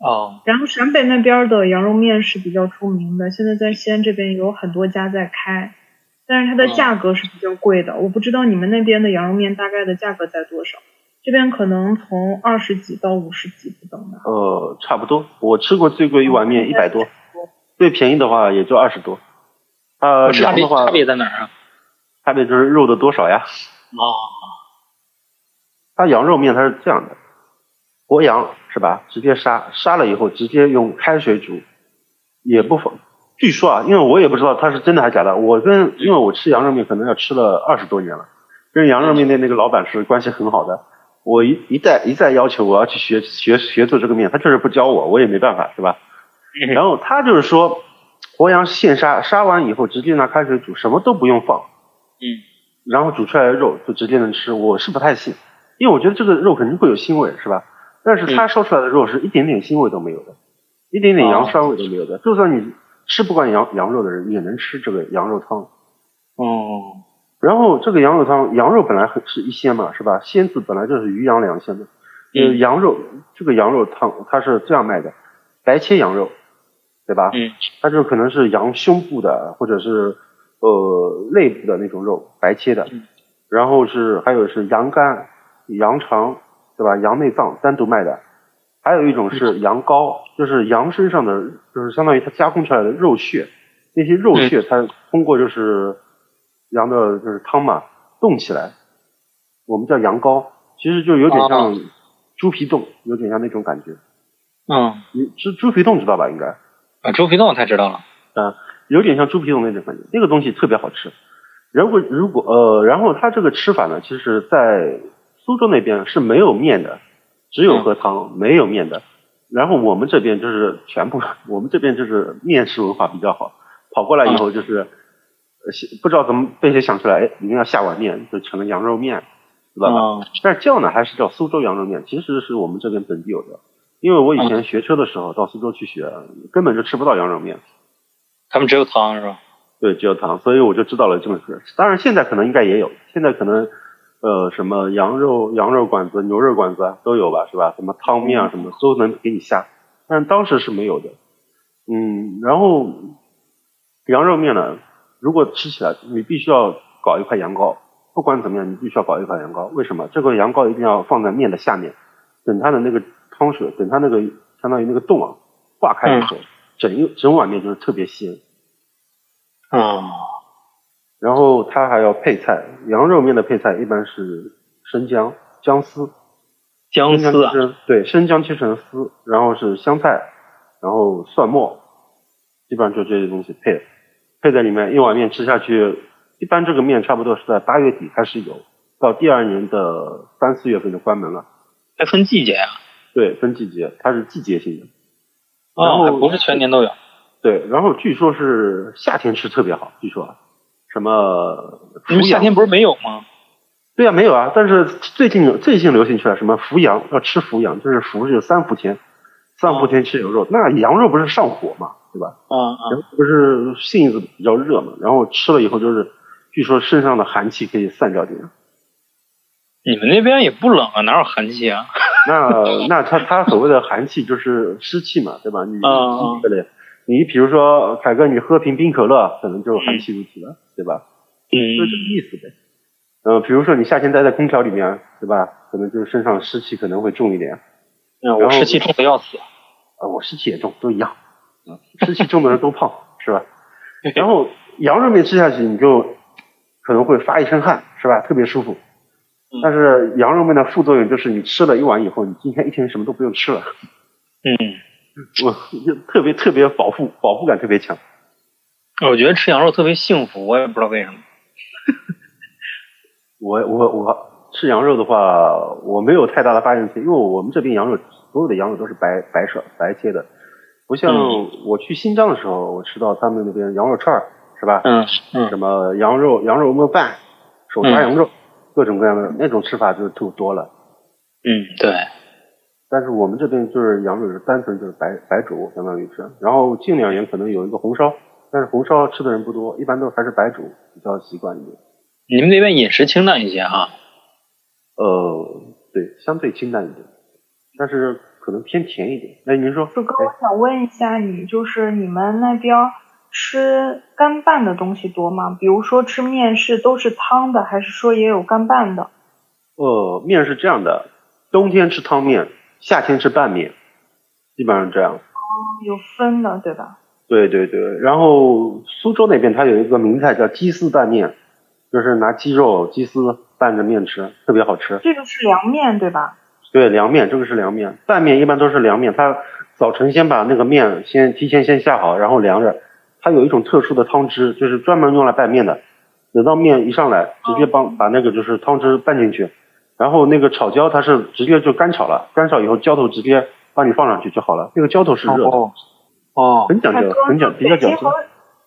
Speaker 2: 哦，
Speaker 4: 然后陕北那边的羊肉面是比较出名的，现在在西安这边有很多家在开，但是它
Speaker 1: 嗯
Speaker 4: 的价格是比较贵的。我不知道你们那边的羊肉面大概的价格在多少，这边可能从二十几到五十几不等吧。
Speaker 1: 呃，差不多。我吃过最贵一碗
Speaker 2: 嗯
Speaker 1: 面一百多，最便宜的话也就二十多。啊、
Speaker 2: 差
Speaker 1: 羊
Speaker 2: 别
Speaker 1: 的话
Speaker 2: 呃哦差，别在哪儿啊？
Speaker 1: 差别就是肉的多少呀。
Speaker 2: 哦，
Speaker 1: 它羊肉面它是这样的，活羊是吧？直接杀，杀了以后直接用开水煮，也不放。据说啊，因为我也不知道它是真的还是假的。我跟因为我吃羊肉面可能要吃了二十多年了，跟羊肉面店那个老板是关系很好的。我一一再一再要求我要去学学学做这个面，他就是不教我，我也没办法，是吧？
Speaker 2: 嗯
Speaker 1: 然后他就是说，活羊现杀，杀完以后直接拿开水煮，什么都不用放，
Speaker 2: 嗯，
Speaker 1: 然后煮出来的肉就直接能吃，我是不太信，因为我觉得这个肉肯定会有腥味，是吧？但是
Speaker 2: 嗯
Speaker 1: 它烧出来的肉是一点点腥味都没有的，一点
Speaker 2: 哦
Speaker 1: 点羊膻味都没有的。就算你吃不惯羊羊肉的人，也能吃这个羊肉汤。
Speaker 2: 哦，
Speaker 1: 然后这个羊肉汤，羊肉本来很是一鲜嘛，是吧？鲜字本来就是鱼羊两鲜的。呃，
Speaker 2: 嗯
Speaker 1: 羊肉这个羊肉汤它是这样卖的，白切羊肉，对吧？
Speaker 2: 嗯，
Speaker 1: 它就可能是羊胸部的或者是呃肋部的那种肉，白切的。
Speaker 2: 嗯
Speaker 1: 然后是还有是羊肝、羊肠，对吧？羊内脏单独卖的。还有一种
Speaker 2: 嗯
Speaker 1: 是羊羔，就是羊身上的，就是相当于它加工出来的肉屑，那些肉
Speaker 2: 嗯
Speaker 1: 屑它通过就是羊的就是汤嘛冻起来，我们叫羊羔，其实就有
Speaker 2: 哦
Speaker 1: 点像猪皮冻，有点像那种感觉。
Speaker 2: 嗯，
Speaker 1: 你猪猪皮冻知道吧？应该。
Speaker 2: 啊，猪皮冻我才知道了。
Speaker 1: 有点像猪皮冻那种感觉，那个东西特别好吃。如果如果呃，然后它这个吃法呢，其实在苏州那边是没有面的，只有喝汤，没有面的。然后我们这边就是全部， 我们这边就是面食文化比较好。跑过来以后就是，呃不知道怎么被谁想出来，哎，你们要下碗面，就成了羊肉面，知道吧？
Speaker 2: 嗯
Speaker 1: 但是叫呢还是叫苏州羊肉面，其实是我们这边本地有的。因为我以前学车的时候到苏州去学，根本就吃不到羊肉面。
Speaker 2: 他们只有汤是吧？
Speaker 1: 对，只有糖，所以我就知道了这么个。当然，现在可能应该也有，现在可能呃什么羊肉羊肉馆子、牛肉馆子啊都有吧，是吧？什么汤面啊什么都能给你下，但当时是没有的。嗯，然后羊肉面呢，如果吃起来，你必须要搞一块羊羔，不管怎么样，你必须要搞一块羊羔。为什么？这个羊羔一定要放在面的下面，等它的那个汤水，等它那个相当于那个冻啊化开以后，整一整碗面就是特别鲜。
Speaker 2: 嗯，
Speaker 1: 然后它还要配菜，羊肉面的配菜一般是生姜、姜丝，
Speaker 2: 姜丝啊
Speaker 1: 生，姜切成对，生姜切成丝，然后是香菜，然后蒜末，基本上就这些东西配，配在里面一碗面吃下去，一般这个面差不多是在八月底开始有，到第二年的三四月份就关门了，
Speaker 2: 还分季节啊？
Speaker 1: 对，分季节，它是季节性的，然
Speaker 2: 哦，
Speaker 1: 后
Speaker 2: 还不是全年都有。
Speaker 1: 对，然后据说是夏天吃特别好，据说啊，什么
Speaker 2: 你们
Speaker 1: 雏
Speaker 2: 夏
Speaker 1: 养
Speaker 2: 天不是没有吗？
Speaker 1: 对啊，没有啊，但是最近最近流行起来什么扶羊，要吃扶羊，就是扶就是三伏天，三伏天吃牛肉，那羊肉不是上火嘛，对吧？
Speaker 2: 嗯嗯，
Speaker 1: 羊肉不是性子比较热嘛，然后吃了以后就是，据说身上的寒气可以散掉点。
Speaker 2: 你们那边也不冷啊，哪有寒气啊？
Speaker 1: 那那它它所谓的寒气就是湿气嘛，对吧？你
Speaker 2: 嗯嗯
Speaker 1: 对嘞，你比如说凯哥，你喝瓶冰可乐，可能就寒气入体了，对吧？就这个
Speaker 2: 嗯，
Speaker 1: 意思呗。嗯、比如说你夏天待在空调里面，对吧？可能就是身上湿气可能会重一点。
Speaker 2: 嗯我湿气重的要死。
Speaker 1: 啊，我湿气也重，都一样。湿气重的人都胖，是吧？然后羊肉面吃下去，你就可能会发一身汗，是吧？特别舒服
Speaker 2: 嗯。
Speaker 1: 但是羊肉面的副作用就是，你吃了一碗以后，你今天一天什么都不用吃了，
Speaker 2: 嗯，
Speaker 1: 我就特别特别饱腹，饱腹感特别强。
Speaker 2: 我觉得吃羊肉特别幸福，我也不知道为什么。
Speaker 1: 我我我吃羊肉的话，我没有太大的发言权，因为我们这边羊肉所有的羊肉都是白白色白切的，不像
Speaker 2: 嗯
Speaker 1: 我去新疆的时候，我吃到他们那边羊肉串儿，是吧？
Speaker 2: 嗯嗯
Speaker 1: 什么羊肉羊肉焖饭、手抓
Speaker 2: 嗯
Speaker 1: 羊肉，各种各样的那种吃法就就多了。
Speaker 2: 嗯，对，
Speaker 1: 但是我们这边就是羊肉，就是单纯就是白白煮，相当于是。然后近两年可能有一个红烧，但是红烧吃的人不多，一般都还是白煮比较习惯一点。
Speaker 2: 你们那边饮食清淡一些哈。
Speaker 1: 呃，对，相对清淡一点，但是可能偏甜一点。那您说，哎
Speaker 3: 朱哥，我想问一下你，就是你们那边儿吃干拌的东西多吗？比如说吃面是都是汤的，还是说也有干拌的？
Speaker 1: 呃，面是这样的，冬天吃汤面，夏天吃拌面，基本上这样。
Speaker 3: 有分的，对吧？
Speaker 1: 对对对，然后苏州那边它有一个名菜叫鸡丝拌面，就是拿鸡肉鸡丝拌着面吃，特别好吃。
Speaker 3: 这个是凉面，对吧？
Speaker 1: 对，凉面这个是凉面，拌面一般都是凉面，它早晨先把那个面先提前先下好，然后凉着。它有一种特殊的汤汁，就是专门用来拌面的。等到面一上来，直接帮把那个就是汤汁拌进去，然后那个炒焦它是直接就干炒了，干炒以后浇头直接帮你放上去就好了。那个浇头是热的，
Speaker 2: 哦哦，
Speaker 1: 很讲
Speaker 3: 太
Speaker 1: 究，
Speaker 3: 多
Speaker 1: 很讲比较
Speaker 3: 北
Speaker 1: 讲
Speaker 3: 京
Speaker 1: 究
Speaker 3: 和。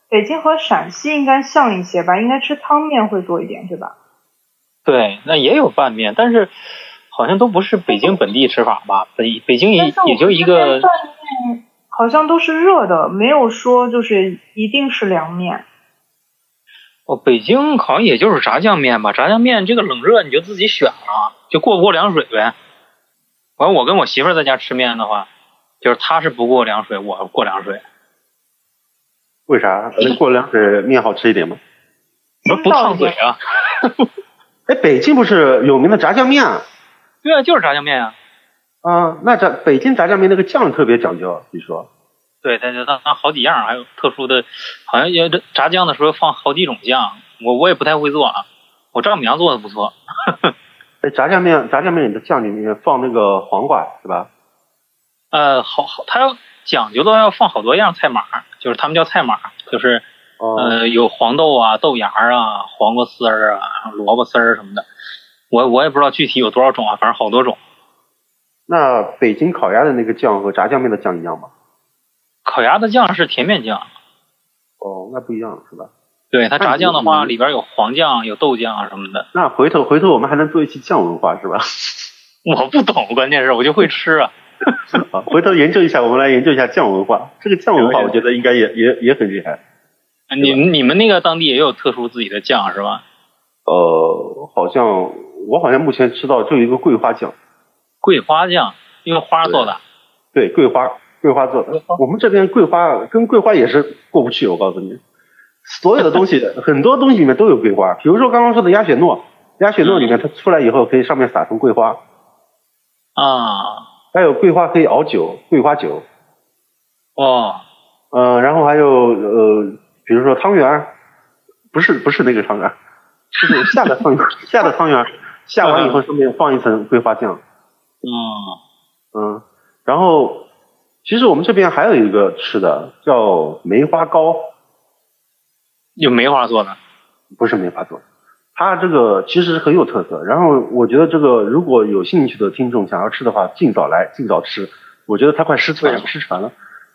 Speaker 3: 北京和陕西应该像一些吧，应该吃汤面会多一点，对吧？
Speaker 2: 对，那也有拌面，但是好像都不是北京本地吃法吧？北北京也
Speaker 3: 但是我
Speaker 2: 也就一个
Speaker 3: 们这边拌面好像都是热的，没有说就是一定是凉面。
Speaker 2: 哦，北京好像也就是炸酱面吧，炸酱面这个冷热你就自己选了，就过不过凉水呗。完，我跟我媳妇儿在家吃面的话，就是她是不过凉水，我过凉水，
Speaker 1: 为啥？呃过凉水面好吃一点吗？
Speaker 2: 不不烫嘴啊。
Speaker 1: 哎，北京不是有名的炸酱面啊？
Speaker 2: 对啊，就是炸酱面啊。
Speaker 1: 啊，那炸北京炸酱面那个酱特别讲究，据说。
Speaker 2: 对，它它它它好几样，还有特殊的，好像也这炸酱的时候放好几种酱，我我也不太会做啊。我丈母娘做的不错，
Speaker 1: 哎，炸酱面炸酱面里的酱里面放那个黄瓜是吧？
Speaker 2: 呃，好好，它要讲究到要放好多样菜码，就是他们叫菜码，就是
Speaker 1: 哦、
Speaker 2: 呃，有黄豆啊、豆芽儿啊、黄瓜丝儿啊、萝卜丝儿什么的，我我也不知道具体有多少种啊，反正好多种。
Speaker 1: 那北京烤鸭的那个酱和炸酱面的酱一样吗？
Speaker 2: 烤鸭的酱是甜面酱，
Speaker 1: 哦，那不一样是吧？
Speaker 2: 对它炸酱的话，
Speaker 1: 嗯
Speaker 2: 里边有黄酱、有豆酱啊什么的。
Speaker 1: 那回头回头我们还能做一期酱文化是吧？
Speaker 2: 我不懂，关键是我就会吃啊。
Speaker 1: 啊，回头研究一下，我们来研究一下酱文化。这个酱文化我觉得应该也也也很厉害。
Speaker 2: 啊你你们那个当地也有特殊自己的酱是吧？
Speaker 1: 呃，好像我好像目前吃到就一个桂花酱，
Speaker 2: 桂花酱，用花做的。
Speaker 1: 对，桂花桂花做的。我们这边桂花跟桂花也是过不去，我告诉你，所有的东 西很多东西里面都有桂花，比如说刚刚说的鸭血糯，鸭血糯里面它出来以后可以上面撒层桂花，
Speaker 2: 啊，
Speaker 1: 还有桂花可以熬酒，桂花酒。
Speaker 2: 哦，
Speaker 1: 呃，然后还有呃，比如说汤圆儿，不是不是那个汤圆儿，就是下的 汤圆儿，下的汤圆儿，下完以后上面放一层桂花酱，
Speaker 2: 嗯，
Speaker 1: 嗯，然后其实我们这边还有一个吃的叫梅花糕，
Speaker 2: 用梅花做的。
Speaker 1: 哦不是梅花糕，它这个其实很有特色。然后我觉得这个如果有兴趣的听众想要吃的话，尽早来，尽早吃。我觉得它快失传
Speaker 2: 为
Speaker 1: 了
Speaker 2: 什，么
Speaker 1: 失传了。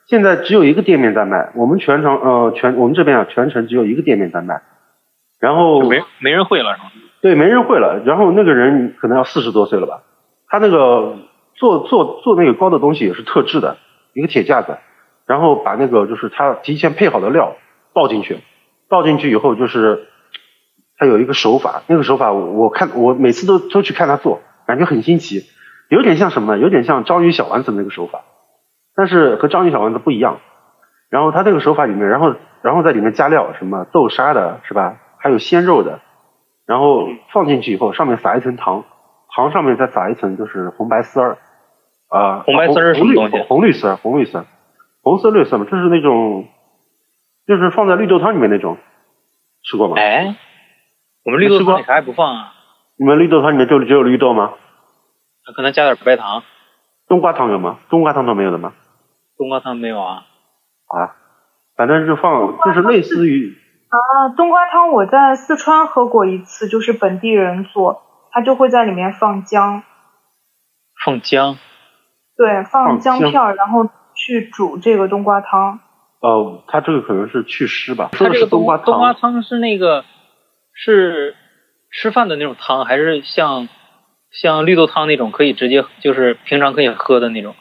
Speaker 1: 现在只有一个店面在卖，我们全城呃全我们这边啊全城只有一个店面在卖。然后
Speaker 2: 就没没人会了是吗？
Speaker 1: 对，没人会了。然后那个人可能要四十多岁了吧，他那个做做做那个糕的东西也是特制的，一个铁架子，然后把那个就是他提前配好的料倒进去，倒进去以后就是他有一个手法，那个手法我我看我每次都都去看他做，感觉很新奇，有点像什么呢？有点像章鱼小丸子那个手法，但是和章鱼小丸子不一样。然后他那个手法里面，然后然后在里面加料，什么豆沙的是吧？还有鲜肉的，然后放进去以后，上面撒一层糖，糖上面再撒一层就是红白丝儿，啊、
Speaker 2: 红白丝儿是什么
Speaker 1: 红绿
Speaker 2: 东西
Speaker 1: 红绿丝儿，红绿丝儿，红色绿色嘛，就是那种，就是放在绿豆汤里面那种，吃过吗？
Speaker 2: 哎，我们绿豆汤里啥也不放啊，
Speaker 1: 你们绿豆汤里面就只有绿豆吗？
Speaker 2: 可能加点白糖。
Speaker 1: 冬瓜汤有吗？冬瓜汤都没有的吗？
Speaker 2: 冬瓜汤没有啊？
Speaker 1: 啊，反正是放，就是类似于，
Speaker 3: 啊，冬瓜汤我在四川喝过一次，就是本地人做，他就会在里面放姜，
Speaker 2: 放姜。
Speaker 3: 对，放
Speaker 1: 放
Speaker 3: 姜
Speaker 1: 姜
Speaker 3: 片儿，然后去煮这个冬瓜汤。
Speaker 1: 呃，它这个可能是祛湿吧。
Speaker 2: 它
Speaker 1: 说
Speaker 2: 这
Speaker 1: 的
Speaker 2: 个
Speaker 1: 是冬瓜
Speaker 2: 冬瓜
Speaker 1: 汤，
Speaker 2: 汤是那个是吃饭的那种汤，还是像像绿豆汤那种可以直接就是平常可以喝的那种？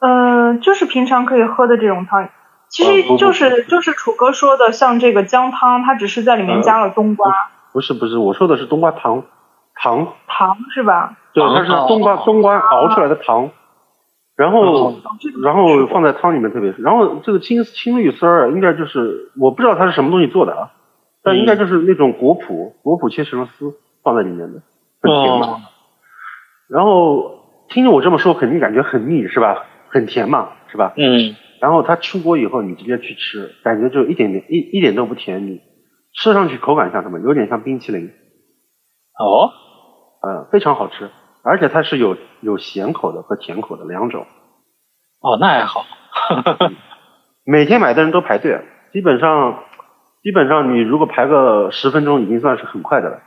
Speaker 3: 呃，就是平常可以喝的这种汤，其
Speaker 1: 呃不
Speaker 3: 实
Speaker 1: 不
Speaker 3: 就是、
Speaker 1: 不不
Speaker 3: 就是楚哥说的，像这个姜汤，它只是在里面
Speaker 1: 呃
Speaker 3: 加了冬瓜
Speaker 1: 不是不是，我说的是冬瓜糖，糖，
Speaker 3: 糖是吧？
Speaker 1: 对，
Speaker 2: 糖啊
Speaker 1: 它是
Speaker 2: 哦
Speaker 1: 冬瓜冬瓜熬出来的糖，然后
Speaker 2: 哦
Speaker 1: 然后嗯放在汤里面特别是，然后这个青青绿丝儿应该就是我不知道它是什么东西做的啊，但应该
Speaker 2: 嗯
Speaker 1: 就是那种果脯，果脯切成丝放在里面的，很甜嘛。
Speaker 2: 哦
Speaker 1: 然后听着我这么说，肯定感觉很腻是吧？很甜嘛是吧？
Speaker 2: 嗯，
Speaker 1: 然后它出锅以后，你直接去吃，感觉就一点点一一点都不甜腻，吃上去口感像什么？有点像冰淇淋，
Speaker 2: 哦，
Speaker 1: 嗯，非常好吃，而且它是有有咸口的和甜口的两种。
Speaker 2: 哦，那还好，
Speaker 1: 每天买的人都排队，啊基本上基本上你如果排个十分钟，已经算是很快的了，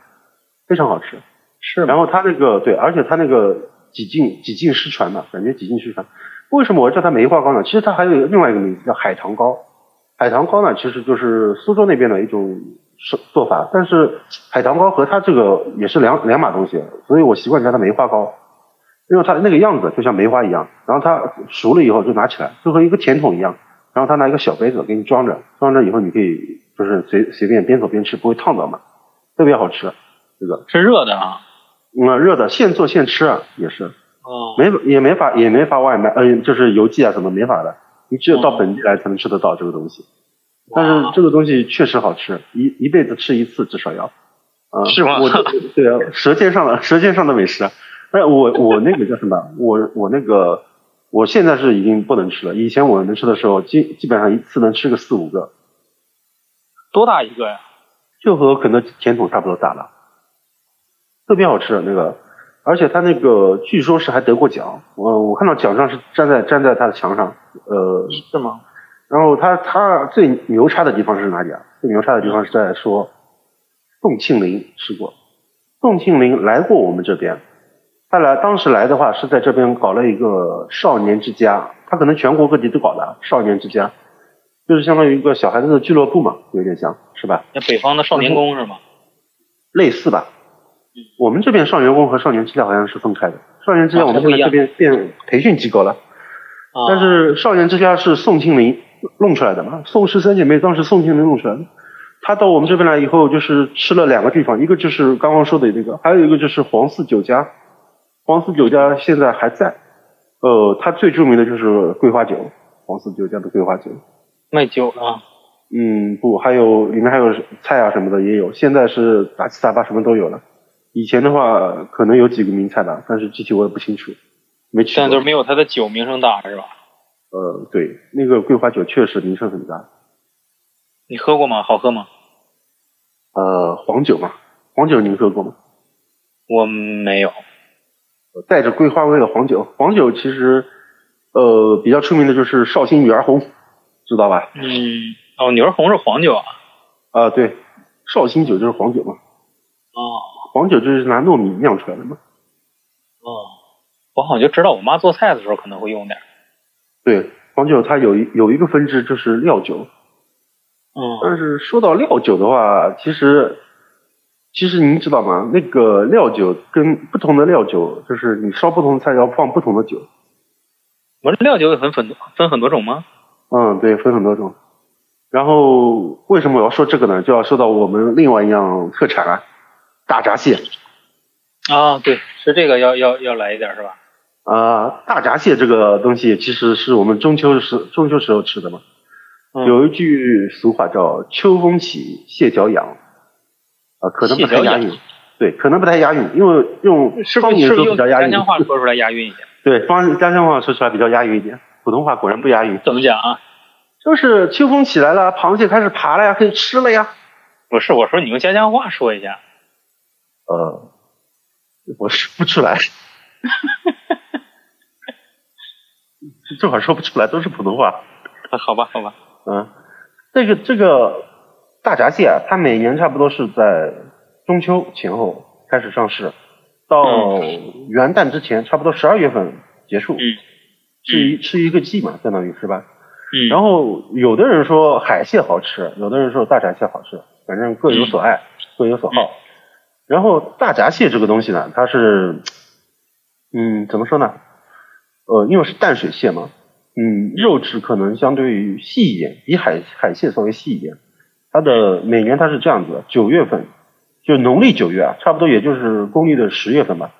Speaker 1: 非常好吃。
Speaker 2: 是
Speaker 1: 然
Speaker 2: 吗？
Speaker 1: 后它那个对，而且它那个几近几近失传嘛，感觉几近失传。为什么我叫它梅花糕呢？其实它还有另外一个名字叫海棠糕。海棠糕呢，其实就是苏州那边的一种是做法，但是海棠糕和它这个也是两两码东西，所以我习惯叫它梅花糕，因为它那个样子就像梅花一样。然后它熟了以后就拿起来，就和一个甜筒一样。然后他拿一个小杯子给你装着，装着以后你可以就是随随便边走边吃，不会烫到嘛，特别好吃。这个
Speaker 2: 是热的啊。
Speaker 1: 嗯，热的现做现吃啊，也是
Speaker 2: 哦，
Speaker 1: 没也没法也没法外卖，呃，就是邮寄啊什么没法的，你只有到
Speaker 2: 嗯
Speaker 1: 本地来才能吃得到这个东西。但
Speaker 2: 哇
Speaker 1: 是这个东西确实好吃，一一辈子吃一次至少要。啊、
Speaker 2: 是吗
Speaker 1: 我对啊，舌尖上的舌尖上的美食。哎，我我那个叫什么？啊我我那个我现在是已经不能吃了，以前我能吃的时候，基基本上一次能吃个四五个，
Speaker 2: 多大一个呀？
Speaker 1: 就和肯德基甜筒差不多大了，特别好吃啊那个，而且它那个据说是还得过奖，我我看到奖状是粘在粘在它的墙上，呃，
Speaker 2: 是吗？
Speaker 1: 然后它它最牛叉的地方是哪里啊？最牛叉的地方是在说宋庆龄吃过，宋庆龄来过我们这边，他来当时来的话是在这边搞了一个少年之家，他可能全国各地都搞了少年之家，就是相当于一个小孩子的俱乐部嘛，有点像是吧？
Speaker 2: 那北方的少年宫是吗？
Speaker 1: 类似吧。我们这边少年宫和少年之家好像是分开的，少年之家
Speaker 2: 啊
Speaker 1: 我们
Speaker 2: 不
Speaker 1: 现
Speaker 2: 一
Speaker 1: 在这
Speaker 2: 样
Speaker 1: 边变培训机构了，
Speaker 2: 啊，
Speaker 1: 但是少年之家是宋庆龄弄出来的嘛，宋氏三姐妹当时宋庆龄弄出来的。她到我们这边来以后，就是吃了两个地方，一个就是刚刚说的那个，还有一个就是黄四酒家。黄四酒家现在还在，呃，它最著名的就是桂花酒，黄四酒家的桂花酒。
Speaker 2: 卖酒的啊。
Speaker 1: 嗯，不，还有里面还有菜啊什么的也有，现在是杂七杂八什么都有了。以前的话可能有几个名菜吧，但是具体我也不清楚，没去
Speaker 2: 但就
Speaker 1: 过
Speaker 2: 是。没有它的酒名声大是吧？
Speaker 1: 呃，对，那个桂花酒确实名声很大。
Speaker 2: 你喝过吗？好喝吗？
Speaker 1: 呃，黄酒嘛，黄酒您喝过吗？呃
Speaker 2: 我没有。
Speaker 1: 带着桂花味的黄酒，黄酒其实呃比较出名的就是绍兴女儿红，知道吧？
Speaker 2: 嗯，哦，女儿红是黄酒啊。
Speaker 1: 啊、对，绍兴酒就是黄酒嘛，
Speaker 2: 哦
Speaker 1: 黄酒就是拿糯米酿出来的嘛。
Speaker 2: 哦，我好像就知道我妈做菜的时候可能会用点儿。
Speaker 1: 对，黄酒它有一有一个分支就是料酒，
Speaker 2: 嗯，
Speaker 1: 但是说到料酒的话，其实其实您知道吗？那个料酒跟不同的料酒，就是你烧不同的菜要放不同的酒。
Speaker 2: 我这料酒也分分分很多种吗？
Speaker 1: 嗯，对，分很多种。然后为什么我要说这个呢？就要说到我们另外一样特产啊，大闸蟹
Speaker 2: 啊，对，是这个要要要来一点儿是吧？
Speaker 1: 啊、大闸蟹这个东西其实是我们中秋时中秋时候吃的嘛。
Speaker 2: 嗯
Speaker 1: 有一句俗话叫“秋风起，蟹脚痒”，啊、可能不太
Speaker 2: 蟹脚
Speaker 1: 押
Speaker 2: 痒
Speaker 1: 韵。对，可能不太押韵，因为用
Speaker 2: 是不
Speaker 1: 方
Speaker 2: 是
Speaker 1: 言
Speaker 2: 是不
Speaker 1: 说
Speaker 2: 是用
Speaker 1: 比较押
Speaker 2: 家
Speaker 1: 韵。
Speaker 2: 乡话说出来押韵一些？
Speaker 1: 对，方家乡话说出来比较押韵一点，普通话果然不押韵。
Speaker 2: 怎么讲啊？
Speaker 1: 就是秋风起来了，螃蟹开始爬了呀，可以吃了呀。
Speaker 2: 不是，我说你用家乡话说一下。
Speaker 1: 呃，我说不出来， 这会儿说不出来，都是普通话。
Speaker 2: 啊 好吧，好吧。
Speaker 1: 嗯，这个这个大闸蟹啊，它每年差不多是在中秋前后开始上市，到元旦之前，差不多十二月份结束，
Speaker 2: 嗯
Speaker 1: 吃一吃一个季嘛，相当于是吧？
Speaker 2: 嗯，
Speaker 1: 然后有的人说海蟹好吃，有的人说大闸蟹好吃，反正各有所爱，
Speaker 2: 嗯
Speaker 1: 各有所好。然后大闸蟹这个东西呢，它是，嗯，怎么说呢？呃，因为是淡水蟹嘛，嗯，肉质可能相对于细一点，比海海蟹稍微细一点。它的每年它是这样子的，九月份，就农历九月啊，差不多也就是公历的十月份吧。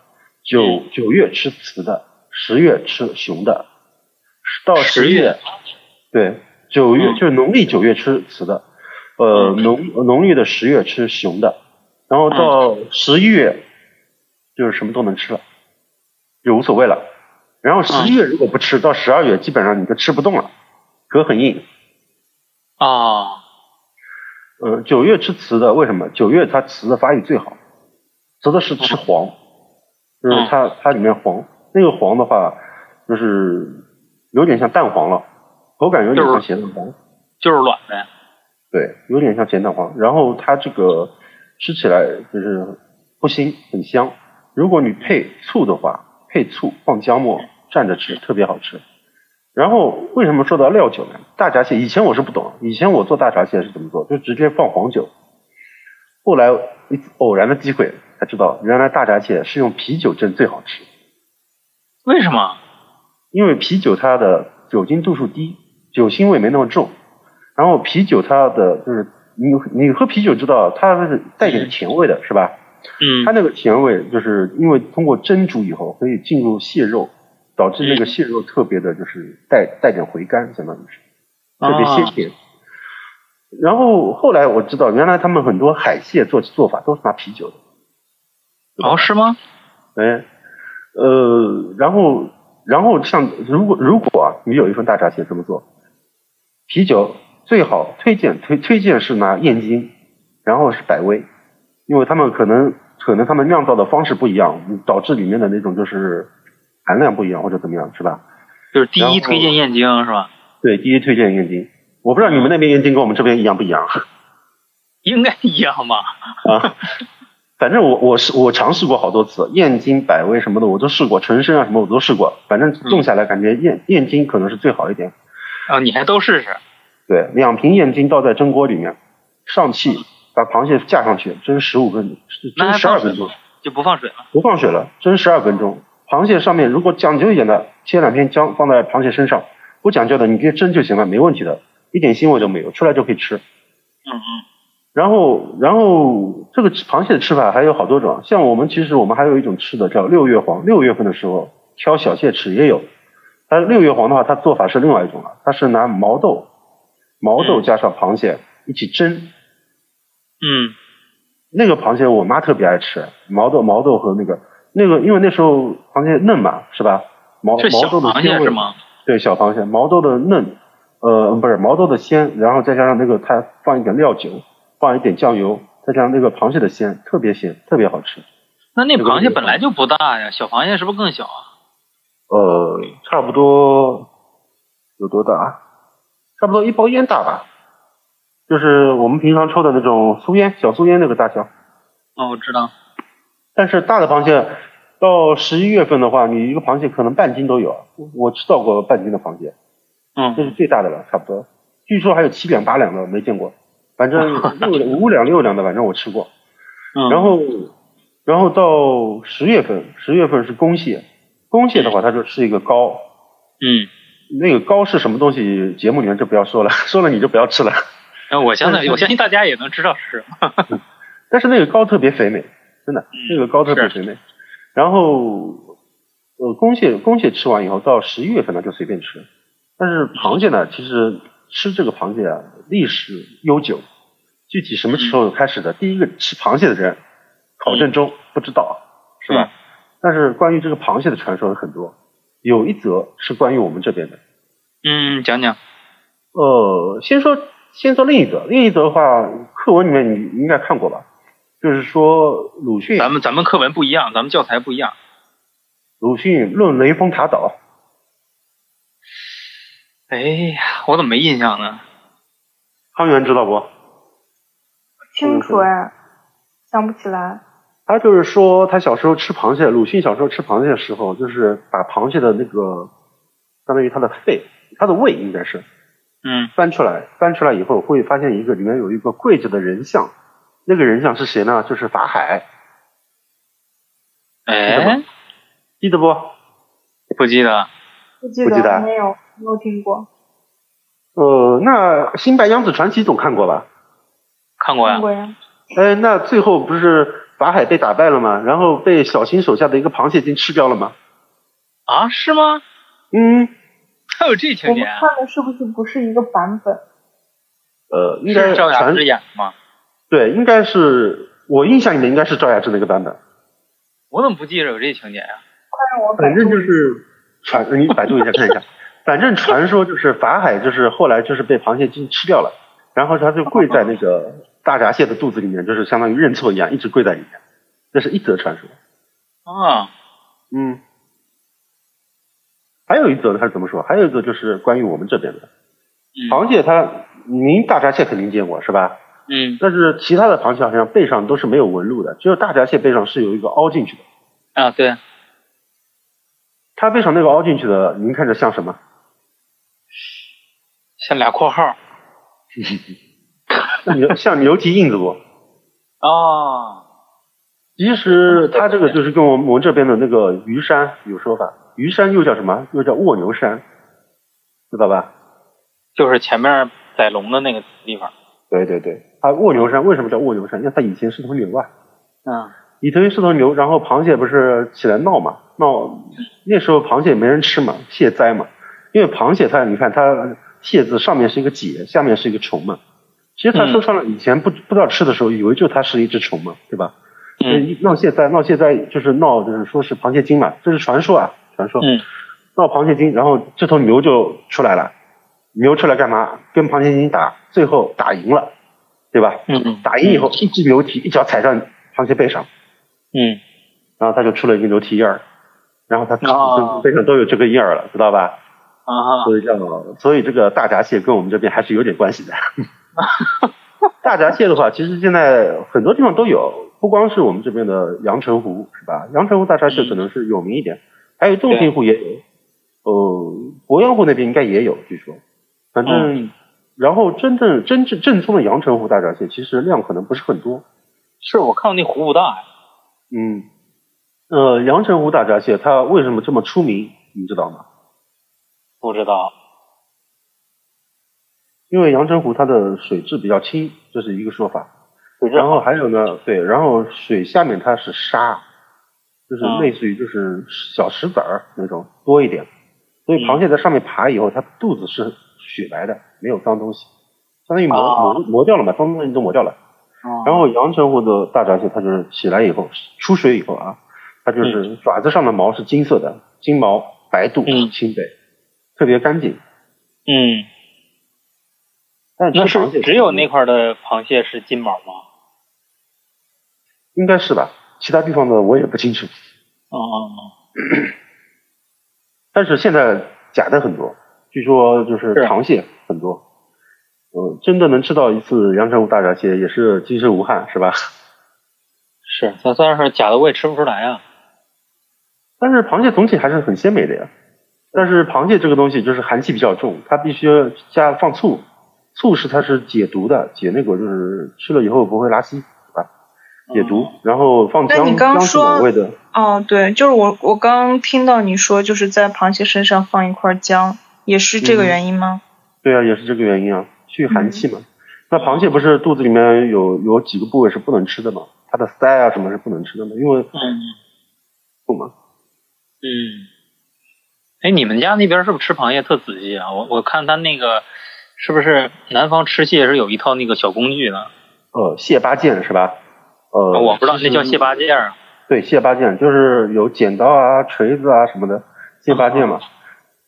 Speaker 1: 九九月吃雌的，十月吃雄的，到
Speaker 2: 十
Speaker 1: 十
Speaker 2: 月
Speaker 1: 月，对，九月、
Speaker 2: 嗯
Speaker 1: 就是农历九月吃雌的，呃，
Speaker 2: 嗯
Speaker 1: 农农历的十月吃雄的，然后到
Speaker 2: 嗯
Speaker 1: 十一月、就是什么都能吃了，就无所谓了。然后十一
Speaker 2: 嗯
Speaker 1: 月如果不吃，到十二月基本上你就吃不动了，壳很硬。
Speaker 2: 啊，
Speaker 1: 嗯、九月吃雌的为什么？九月它雌的发育最好，雌的是吃黄，就
Speaker 2: 嗯
Speaker 1: 是它它里面黄，那个黄的话就是有点像蛋黄了，口感有点像咸蛋黄。
Speaker 2: 就是卵呗。
Speaker 1: 对，有点像咸蛋黄。然后它这个吃起来就是不腥，很香。如果你配醋的话，配醋放姜末蘸着吃，特别好吃。然后为什么说到料酒呢？大闸蟹以前我是不懂，以前我做大闸蟹是怎么做，就直接放黄酒。后来一次偶然的机会才知道，原来大闸蟹是用啤酒蒸最好吃，
Speaker 2: 为什么？
Speaker 1: 因为啤酒它的酒精度数低，酒腥味没那么重。然后啤酒它的就是你你喝啤酒知道它是带点甜味的是吧？
Speaker 2: 嗯
Speaker 1: 它那个甜味就是因为通过蒸煮以后可以进入蟹肉，导致那个蟹肉特别的就是带带点回甘，相当于是特别鲜甜。然后后来我知道，原来他们很多海蟹做做法都是拿啤酒的。
Speaker 2: 哦，是吗？
Speaker 1: 哎，呃，然后然后像如果如果啊，你有一份大闸蟹怎么做？啤酒最好推荐推推荐是拿燕京，然后是百威，因为他们可能可能他们酿造的方式不一样，导致里面的那种就是含量不一样或者怎么样是吧？
Speaker 2: 就是第
Speaker 1: 然
Speaker 2: 一
Speaker 1: 后
Speaker 2: 推荐燕京是吧？
Speaker 1: 对，第一推荐燕京，我不知道你们那边燕京跟我们这边一样不一样
Speaker 2: 应该一样吧？
Speaker 1: 啊？反正我我是我尝试过好多次，燕京、百威什么的我都试过，纯生啊什么我都试过，反正种下来感觉燕燕京可能是最好一点。
Speaker 2: 啊，你还都试试？
Speaker 1: 对，两瓶燕京倒在蒸锅里面，上气把螃蟹架上去，蒸十五分钟，蒸
Speaker 2: 那还
Speaker 1: 十
Speaker 2: 放
Speaker 1: 二
Speaker 2: 水
Speaker 1: 分钟
Speaker 2: 吗，？就不放水了。
Speaker 1: 不放水了，蒸十二分钟。螃蟹上面如果讲究一点的，切两片姜放在螃蟹身上；不讲究的，你直接蒸就行了，没问题的，一点腥味都没有，出来就可以吃。
Speaker 2: 嗯嗯
Speaker 1: 然后，然后这个吃螃蟹的吃法还有好多种，啊像我们其实我们还有一种吃的叫六月黄，六月份的时候挑小蟹吃也有。但是六月黄的话，它做法是另外一种了，它是拿毛豆，毛豆
Speaker 2: 嗯
Speaker 1: 加上螃蟹一起蒸，
Speaker 2: 嗯，
Speaker 1: 那个螃蟹我妈特别爱吃，毛豆毛豆和那个那个，因为那时候螃蟹嫩嘛，是吧？毛
Speaker 2: 是小
Speaker 1: 毛豆的
Speaker 2: 螃
Speaker 1: 鲜
Speaker 2: 蟹
Speaker 1: 味
Speaker 2: 是吗？
Speaker 1: 对，小螃蟹，毛豆的嫩，呃，不是毛豆的鲜，然后再加上那个它放一点料酒，放一点酱油，再加上那个螃蟹的鲜，特别鲜，特别好吃。
Speaker 2: 那那螃蟹本来就不大呀，小螃蟹是不是更小啊？
Speaker 1: 呃，差不多有多大？啊差不多一包烟大吧，就是我们平常抽的那种苏烟，小苏烟那个大小。
Speaker 2: 哦，我知道。
Speaker 1: 但是大的螃蟹到十一月份的话，你一个螃蟹可能半斤都有，我吃到过半斤的螃蟹，这
Speaker 2: 嗯，
Speaker 1: 是最大的了，差不多。据说还有七两八两的，没见过，反正六两五两六两的，反正我吃过。
Speaker 2: 嗯
Speaker 1: 然后，然后到十月份，十月份是公蟹，公蟹的话它就是一个膏，
Speaker 2: 嗯，
Speaker 1: 那个膏是什么东西？节目里面就不要说了， 说了你就不要吃了。
Speaker 2: 那我相
Speaker 1: 但
Speaker 2: 信
Speaker 1: 是
Speaker 2: 我相信大家也能知道是什么。
Speaker 1: 但是那个膏特别肥美，真的，那个膏特别肥美。然后，呃，公蟹公蟹吃完以后，到十一月份呢就随便吃。但是螃蟹呢，其实吃这个螃蟹啊，历史悠久，具体什么时候开始的，第一个吃螃蟹的人，考证中不知道，是吧？但是关于这个螃蟹的传说有很多，有一则是关于我们这边的。
Speaker 2: 嗯，讲讲。
Speaker 1: 呃，先说先说另一则，另一则的话，课文里面你你应该看过吧？就是说鲁迅
Speaker 2: 咱们咱们课文不一样，咱们教材不一样。
Speaker 1: 鲁迅论雷峰塔岛，
Speaker 2: 哎呀，我怎么没印象呢？
Speaker 1: 汤圆知道不？嗯
Speaker 3: 清楚哎，想不起来。
Speaker 1: 他就是说他小时候吃螃蟹，鲁迅小时候吃螃蟹的时候，就是把螃蟹的那个，相当于它的肺，它的胃应该是
Speaker 2: 嗯，
Speaker 1: 翻出来，翻出来以后会发现一个里面有一个跪着的人像，那个人像是谁呢？就是法海，记得
Speaker 2: 哎，
Speaker 1: 记得不？
Speaker 2: 不记得。
Speaker 3: 不记
Speaker 1: 不
Speaker 3: 得
Speaker 1: 记得
Speaker 3: 没有没有听过，
Speaker 1: 呃，那《新白娘子传奇》总看过吧？
Speaker 2: 看过呀
Speaker 3: 看。过呀。
Speaker 1: 哎，那最后不是法海被打败了吗？然后被小新手下的一个螃蟹精吃掉了吗？
Speaker 2: 啊，是吗？
Speaker 1: 嗯，
Speaker 2: 还有这情
Speaker 3: 我
Speaker 2: 节
Speaker 3: 们
Speaker 2: 啊？
Speaker 3: 看的是不是不是一个版本？
Speaker 1: 呃，应该
Speaker 2: 是赵雅
Speaker 1: 传
Speaker 2: 芝演的吗？
Speaker 1: 对，应该是我印象里面应该是赵雅芝那个版本，
Speaker 2: 我怎么不记着有这情节呀、
Speaker 3: 快让我百
Speaker 1: 反正
Speaker 3: 度
Speaker 1: 就
Speaker 3: 一下。
Speaker 1: 是传，你百度一下看一下，反正传说就是法海就是后来就是被螃蟹精吃掉了，然后他就跪在那个大闸蟹的肚子里面，就是相当于认错一样，一直跪在里面，这是一则传说。
Speaker 2: 啊？
Speaker 1: 嗯，还有一则他是怎么说？还有一个就是关于我们这边的螃蟹它，您大闸蟹肯定见过是吧？
Speaker 2: 嗯
Speaker 1: 但是其他的螃蟹好像背上都是没有纹路的，只有大闸蟹背上是有一个凹进去的。
Speaker 2: 啊，对，
Speaker 1: 它背上那个凹进去的，您看着像什么？
Speaker 2: 像俩括号
Speaker 1: 牛像牛蹄印子不？
Speaker 2: 啊，
Speaker 1: 其实它这个就是跟我们我们这边的那个鱼山有说法，鱼山又叫什么？又叫卧牛山，知道吧？
Speaker 2: 就是前面宰龙的那个地方。
Speaker 1: 对对对，它卧牛山为什么叫卧牛山？因为它以前是头牛啊，
Speaker 2: 嗯
Speaker 1: 以前是头牛，然后螃蟹不是起来闹嘛，闹那时候螃蟹没人吃嘛，蟹灾嘛，因为螃蟹它你看它蟹字上面是一个解，下面是一个虫嘛，其实它
Speaker 2: 嗯
Speaker 1: 说穿了以前不不知道吃的时候，以为就它是一只虫嘛，对吧？
Speaker 2: 嗯
Speaker 1: 嗯，闹蟹灾，闹蟹灾就是闹，就是说是螃蟹精嘛，这是传说啊，传说。
Speaker 2: 嗯
Speaker 1: 闹螃蟹精，然后这头牛就出来了，牛出来干嘛？跟螃蟹精打，最后打赢了，对吧？
Speaker 2: 嗯
Speaker 1: 打赢以后，一只牛蹄一脚踩上螃蟹背上，
Speaker 2: 嗯
Speaker 1: 然后它就出了一个牛蹄印儿，然后它
Speaker 2: 哦
Speaker 1: 背上都有这个印儿了，知道吧？
Speaker 2: 啊哈
Speaker 1: 所以叫，所以这个大闸蟹跟我们这边还是有点关 系的。大闸蟹的话，其实现在很多地方都有，不光是我们这边的阳澄湖，是吧？阳澄湖大闸蟹可能是有名一
Speaker 2: 嗯
Speaker 1: 点，还有洞庭湖也有，呃，鄱阳湖那边应该也有，据说。反
Speaker 2: 嗯
Speaker 1: 正，然后真正真正正宗的阳澄湖大闸蟹，其实量可能不是很多。
Speaker 2: 是我看过那湖不大呀。
Speaker 1: 嗯，呃，阳澄湖大闸蟹它为什么这么出名，你知道吗？
Speaker 2: 不知道。
Speaker 1: 因为阳澄湖它的水质比较清，这是一个说法。
Speaker 2: 水质
Speaker 1: 然后还有呢，对，然后水下面它是沙，就是
Speaker 2: 嗯
Speaker 1: 类似于就是小石子儿那种多一点，所以螃蟹在上面爬以后，它肚子是雪白的，没有脏东西，相当于磨、
Speaker 2: 啊
Speaker 1: 磨磨掉了嘛，脏东西都磨掉了。然后阳澄湖的大闸蟹，它就是起来以后出水以后啊，它就是爪子上的毛是金色的，金毛白肚
Speaker 2: 嗯
Speaker 1: 清白，特别干净。
Speaker 2: 嗯，
Speaker 1: 但
Speaker 2: 那
Speaker 1: 吃螃蟹
Speaker 2: 是只有那块的螃蟹是金毛吗？
Speaker 1: 应该是吧，其他地方的我也不清楚。
Speaker 2: 哦哦
Speaker 1: 但是现在假的很多，据说就是
Speaker 2: 是啊
Speaker 1: 螃蟹很多。嗯，真的能吃到一次阳澄湖大闸蟹，也是今生无憾，是吧？
Speaker 2: 是，咱虽然说假的我也吃不出来啊。
Speaker 1: 但是螃蟹总体还是很鲜美的呀。但是螃蟹这个东西就是寒气比较重，它必须加放醋，醋是它是解毒的，解那个就是吃了以后不会拉稀，是吧？解
Speaker 2: 哦
Speaker 1: 毒，然后放
Speaker 4: 那
Speaker 1: 姜
Speaker 4: 你刚
Speaker 1: 姜是
Speaker 4: 说
Speaker 1: 美味的，
Speaker 4: 哦，对，就是我我刚听到你说，就是在螃蟹身上放一块姜，也是这个
Speaker 1: 嗯
Speaker 4: 原因吗？
Speaker 1: 对啊，也是这个原因啊，去寒气
Speaker 4: 嗯
Speaker 1: 嘛。那螃蟹不是肚子里面有有几个部位是不能吃的嘛？它的鳃啊什么是不能吃的嘛？因为
Speaker 2: 嗯
Speaker 1: 不嘛，
Speaker 2: 嗯，哎，你们家那边是不是吃螃蟹特仔细啊？我我看他那个是不是南方吃蟹是有一套那个小工具的？
Speaker 1: 呃，蟹八件是吧？呃，
Speaker 2: 哦我不知道那叫蟹八
Speaker 1: 件。
Speaker 2: 件儿啊。
Speaker 1: 对，蟹八件就是有剪刀啊、锤子啊什么的，蟹八件嘛。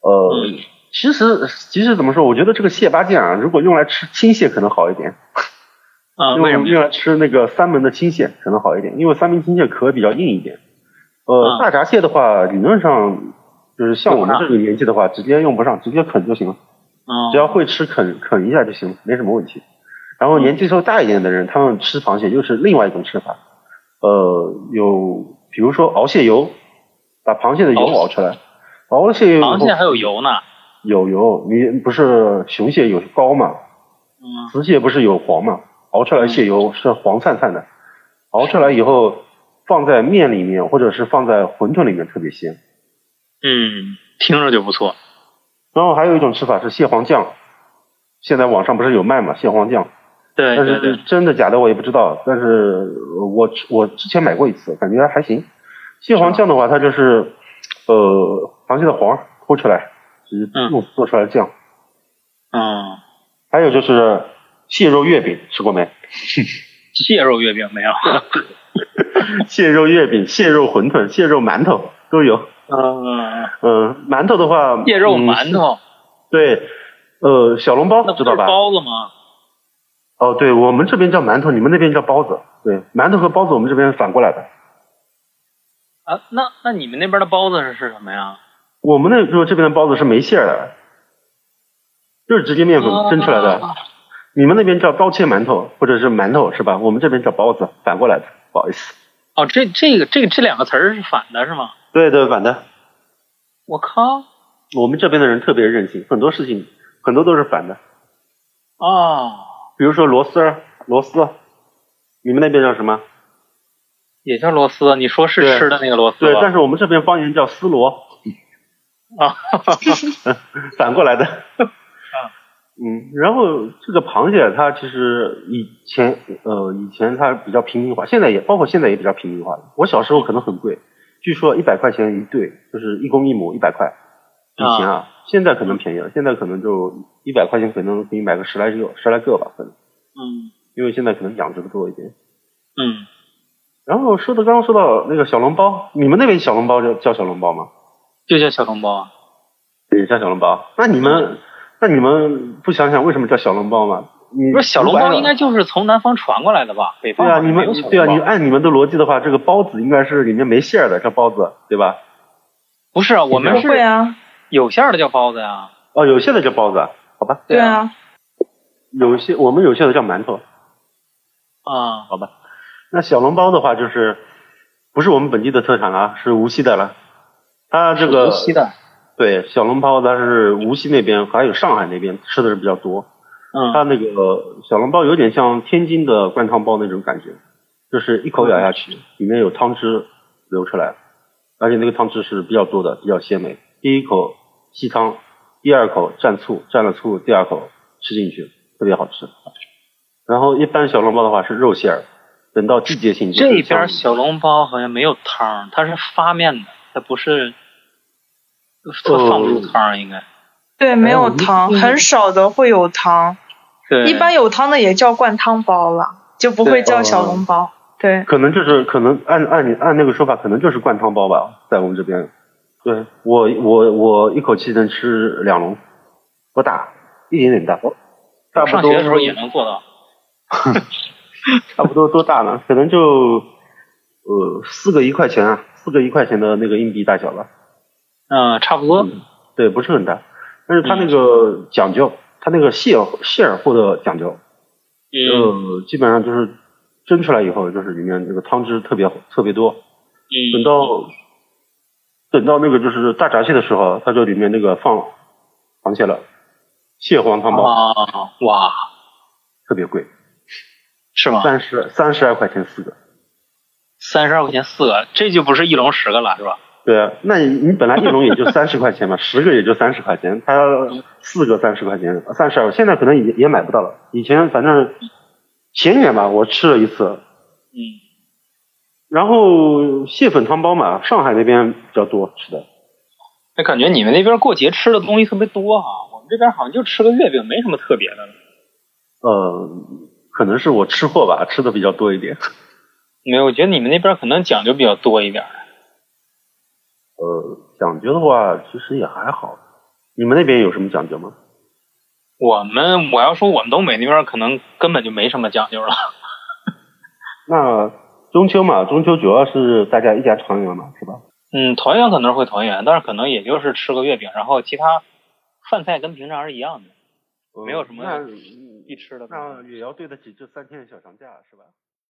Speaker 1: 呃，
Speaker 2: 啊嗯
Speaker 1: 其实其实怎么说，我觉得这个蟹八件啊，如果用来吃青蟹可能好一点，
Speaker 2: 啊，
Speaker 1: 用
Speaker 2: 为
Speaker 1: 来
Speaker 2: 什么呀？
Speaker 1: 用来吃那个三门的青蟹可能好一点，因为三门青蟹壳比较硬一点。呃，
Speaker 2: 嗯
Speaker 1: 大闸蟹的话，理论上就是像我们这个年纪的话，直接用不上，直接啃就行了，
Speaker 2: 嗯
Speaker 1: 只要会吃啃啃一下就行了，没什么问题。然后年纪稍微大一点的
Speaker 2: 嗯
Speaker 1: 人，他们吃螃蟹又是另外一种吃法，呃，有比如说熬蟹油，把螃蟹的油
Speaker 2: 熬
Speaker 1: 熬出来，熬了蟹油以后
Speaker 2: 哦螃蟹还有油呢。
Speaker 1: 有油，你不是雄蟹有膏嘛，
Speaker 2: 嗯
Speaker 1: 雌蟹不是有黄嘛，熬出来蟹油是黄灿灿的，熬出来以后放在面里面或者是放在馄饨里面特别鲜。
Speaker 2: 嗯，听着就不错。
Speaker 1: 然后还有一种吃法是蟹黄酱，现在网上不是有卖嘛，蟹黄酱，
Speaker 2: 对
Speaker 1: 但
Speaker 2: 哎对
Speaker 1: 是
Speaker 2: 对，
Speaker 1: 真的假的我也不知道，但是呃我吃我之前买过一次，感觉还行。蟹黄酱的话，它就是呃螃蟹的黄儿抠出来，就是
Speaker 2: 嗯
Speaker 1: 用做出来的酱。
Speaker 2: 嗯，
Speaker 1: 还有就是蟹肉月饼，吃过没？
Speaker 2: 蟹肉月饼没有？
Speaker 1: 蟹肉月饼、蟹肉馄饨、蟹肉馒头都有。
Speaker 2: 嗯，
Speaker 1: 嗯，馒头的话，
Speaker 2: 蟹肉
Speaker 1: 嗯
Speaker 2: 馒头，
Speaker 1: 对，呃，小笼包
Speaker 2: 那不
Speaker 1: 知
Speaker 2: 是
Speaker 1: 道吧？
Speaker 2: 包子吗？
Speaker 1: 哦，对，我们这边叫馒头，你们那边叫包子。对，馒头和包子我们这边是反过来的。
Speaker 2: 啊，那那你们那边的包子是是什么呀？
Speaker 1: 我们那时候这边的包子是没馅儿的，就是直接面粉蒸出来的。
Speaker 2: 啊
Speaker 1: 你们那边叫刀切馒头或者是馒头是吧？我们这边叫包子，反过来的，不好意思。
Speaker 2: 哦，这这个这个这两个词儿是反的是吗？
Speaker 1: 对对，反的。
Speaker 2: 我靠！
Speaker 1: 我们这边的人特别任性，很多事情很多都是反的，
Speaker 2: 哦，
Speaker 1: 比如说螺丝儿、螺丝，你们那边叫什么？
Speaker 2: 也叫螺丝，你说是
Speaker 1: 对
Speaker 2: 吃的那个螺丝
Speaker 1: 对，但
Speaker 2: 吧？
Speaker 1: 是我们这边方言叫丝螺，
Speaker 2: 啊，
Speaker 1: 反过来的。嗯，然后这个螃蟹它其实以前呃以前它比较平民化，现在也包括现在也比较平民化了。我小时候可能很贵，据说一百块钱一对，就是一公一母一百块。以前啊，现在可能便宜了，现在可能就一百块钱可能可以买个十来个十来个吧，可能
Speaker 2: 嗯
Speaker 1: 因为现在可能养殖的多一点。
Speaker 2: 嗯，
Speaker 1: 然后说的刚刚说到那个小笼包，你们那边小笼包叫叫小笼包吗？
Speaker 2: 就叫小笼包啊。
Speaker 1: 也叫小笼包？那你们那你们不想想为什么叫小笼包吗？你
Speaker 2: 不是小笼
Speaker 1: 如果
Speaker 2: 包
Speaker 1: 按
Speaker 2: 应该就是从南方传过来的吧？北方
Speaker 1: 对啊，
Speaker 2: 好像
Speaker 1: 你
Speaker 2: 没有
Speaker 1: 们
Speaker 2: 小笼包
Speaker 1: 对啊，你按你们的逻辑的话，这个包子应该是里面没馅儿的，叫包子，对吧？
Speaker 2: 不是啊，我们
Speaker 4: 不会
Speaker 2: 是
Speaker 4: 啊，
Speaker 2: 有馅儿的叫包子呀。
Speaker 1: 哦，有馅的叫包子，好吧？
Speaker 4: 对
Speaker 2: 啊
Speaker 4: 啊，
Speaker 1: 有些我们有馅的叫馒头，
Speaker 2: 啊，
Speaker 1: 好吧？那小笼包的话，就是不是我们本地的特产啊，是无锡的了。它这个
Speaker 2: 无锡的，
Speaker 1: 对小笼包，它是无锡那边还有上海那边吃的是比较多。它
Speaker 2: 嗯
Speaker 1: 那个小笼包有点像天津的灌汤包那种感觉，就是一口咬下去，里面有汤汁流出来，而且那个汤汁是比较多的，比较鲜美。第一口吸汤，第二口蘸醋，蘸了醋，第二口吃进去，特别好吃。然后一般小笼包的话是肉馅儿，等到季节性就是
Speaker 2: 这边
Speaker 1: 像
Speaker 2: 小笼包好像没有汤儿，它是发面的，它不是它
Speaker 1: 哦
Speaker 2: 放不出汤儿应该。啊
Speaker 4: 对，没
Speaker 1: 我
Speaker 4: 有
Speaker 1: 们
Speaker 4: 糖，很少的会有糖，
Speaker 2: 对，
Speaker 4: 一般有汤的也叫灌汤包了，就不会
Speaker 1: 哦
Speaker 4: 叫小笼包。对，
Speaker 1: 可能就是可能按按你按那个说法，可能就是灌汤包吧，在我们这边。对我我我一口气能吃两笼，不大，一点点大，差
Speaker 2: 我
Speaker 1: 不
Speaker 2: 上
Speaker 1: 多
Speaker 2: 学的时候也能做到。
Speaker 1: 差不多多大呢？可能就呃四个一块钱啊，四个一块钱的那个硬币大小吧。
Speaker 2: 嗯，差不多。
Speaker 1: 嗯对，不是很大，但是它那个讲究，它那个馅儿馅儿或者讲究，
Speaker 2: 嗯
Speaker 1: 呃，基本上就是蒸出来以后，就是里面那个汤汁特别特别多，
Speaker 2: 嗯，
Speaker 1: 等到等到那个就是大闸蟹的时候，它就里面那个放螃蟹了，蟹黄汤包、
Speaker 2: 啊哇，
Speaker 1: 特别贵，
Speaker 2: 是吗？
Speaker 1: 三十三十二块钱四个。
Speaker 2: 三十二块钱四个，这就不是一笼十个了，是吧？
Speaker 1: 对啊，那你你本来一笼 也就三十块钱嘛，十个也就三十块钱，它四个三十块钱，三十二，现在可能也也买不到了。以前反正前年吧，我吃了一次，
Speaker 2: 嗯
Speaker 1: 然后蟹粉汤包嘛，上海那边比较多吃的。
Speaker 2: 那感觉你们那边过节吃的东西特别多啊，我们这边好像就吃个月饼，没什么特别的了。
Speaker 1: 呃，可能是我吃货吧，吃的比较多一点。
Speaker 2: 没有，我觉得你们那边可能讲究比较多一点儿。
Speaker 1: 呃，讲究的话，其实也还好。你们那边有什么讲究吗？
Speaker 2: 我们我要说我们东北那边可能根本就没什么讲究了。
Speaker 1: 那中秋嘛，中秋主要是大家一家团圆嘛，是吧？
Speaker 2: 嗯，团圆可能会团圆，但是可能也就是吃个月饼，然后其他饭菜跟平常是一样的，没有什么必吃的东西。
Speaker 1: 呃那也要对得起这三天的小长假，是吧？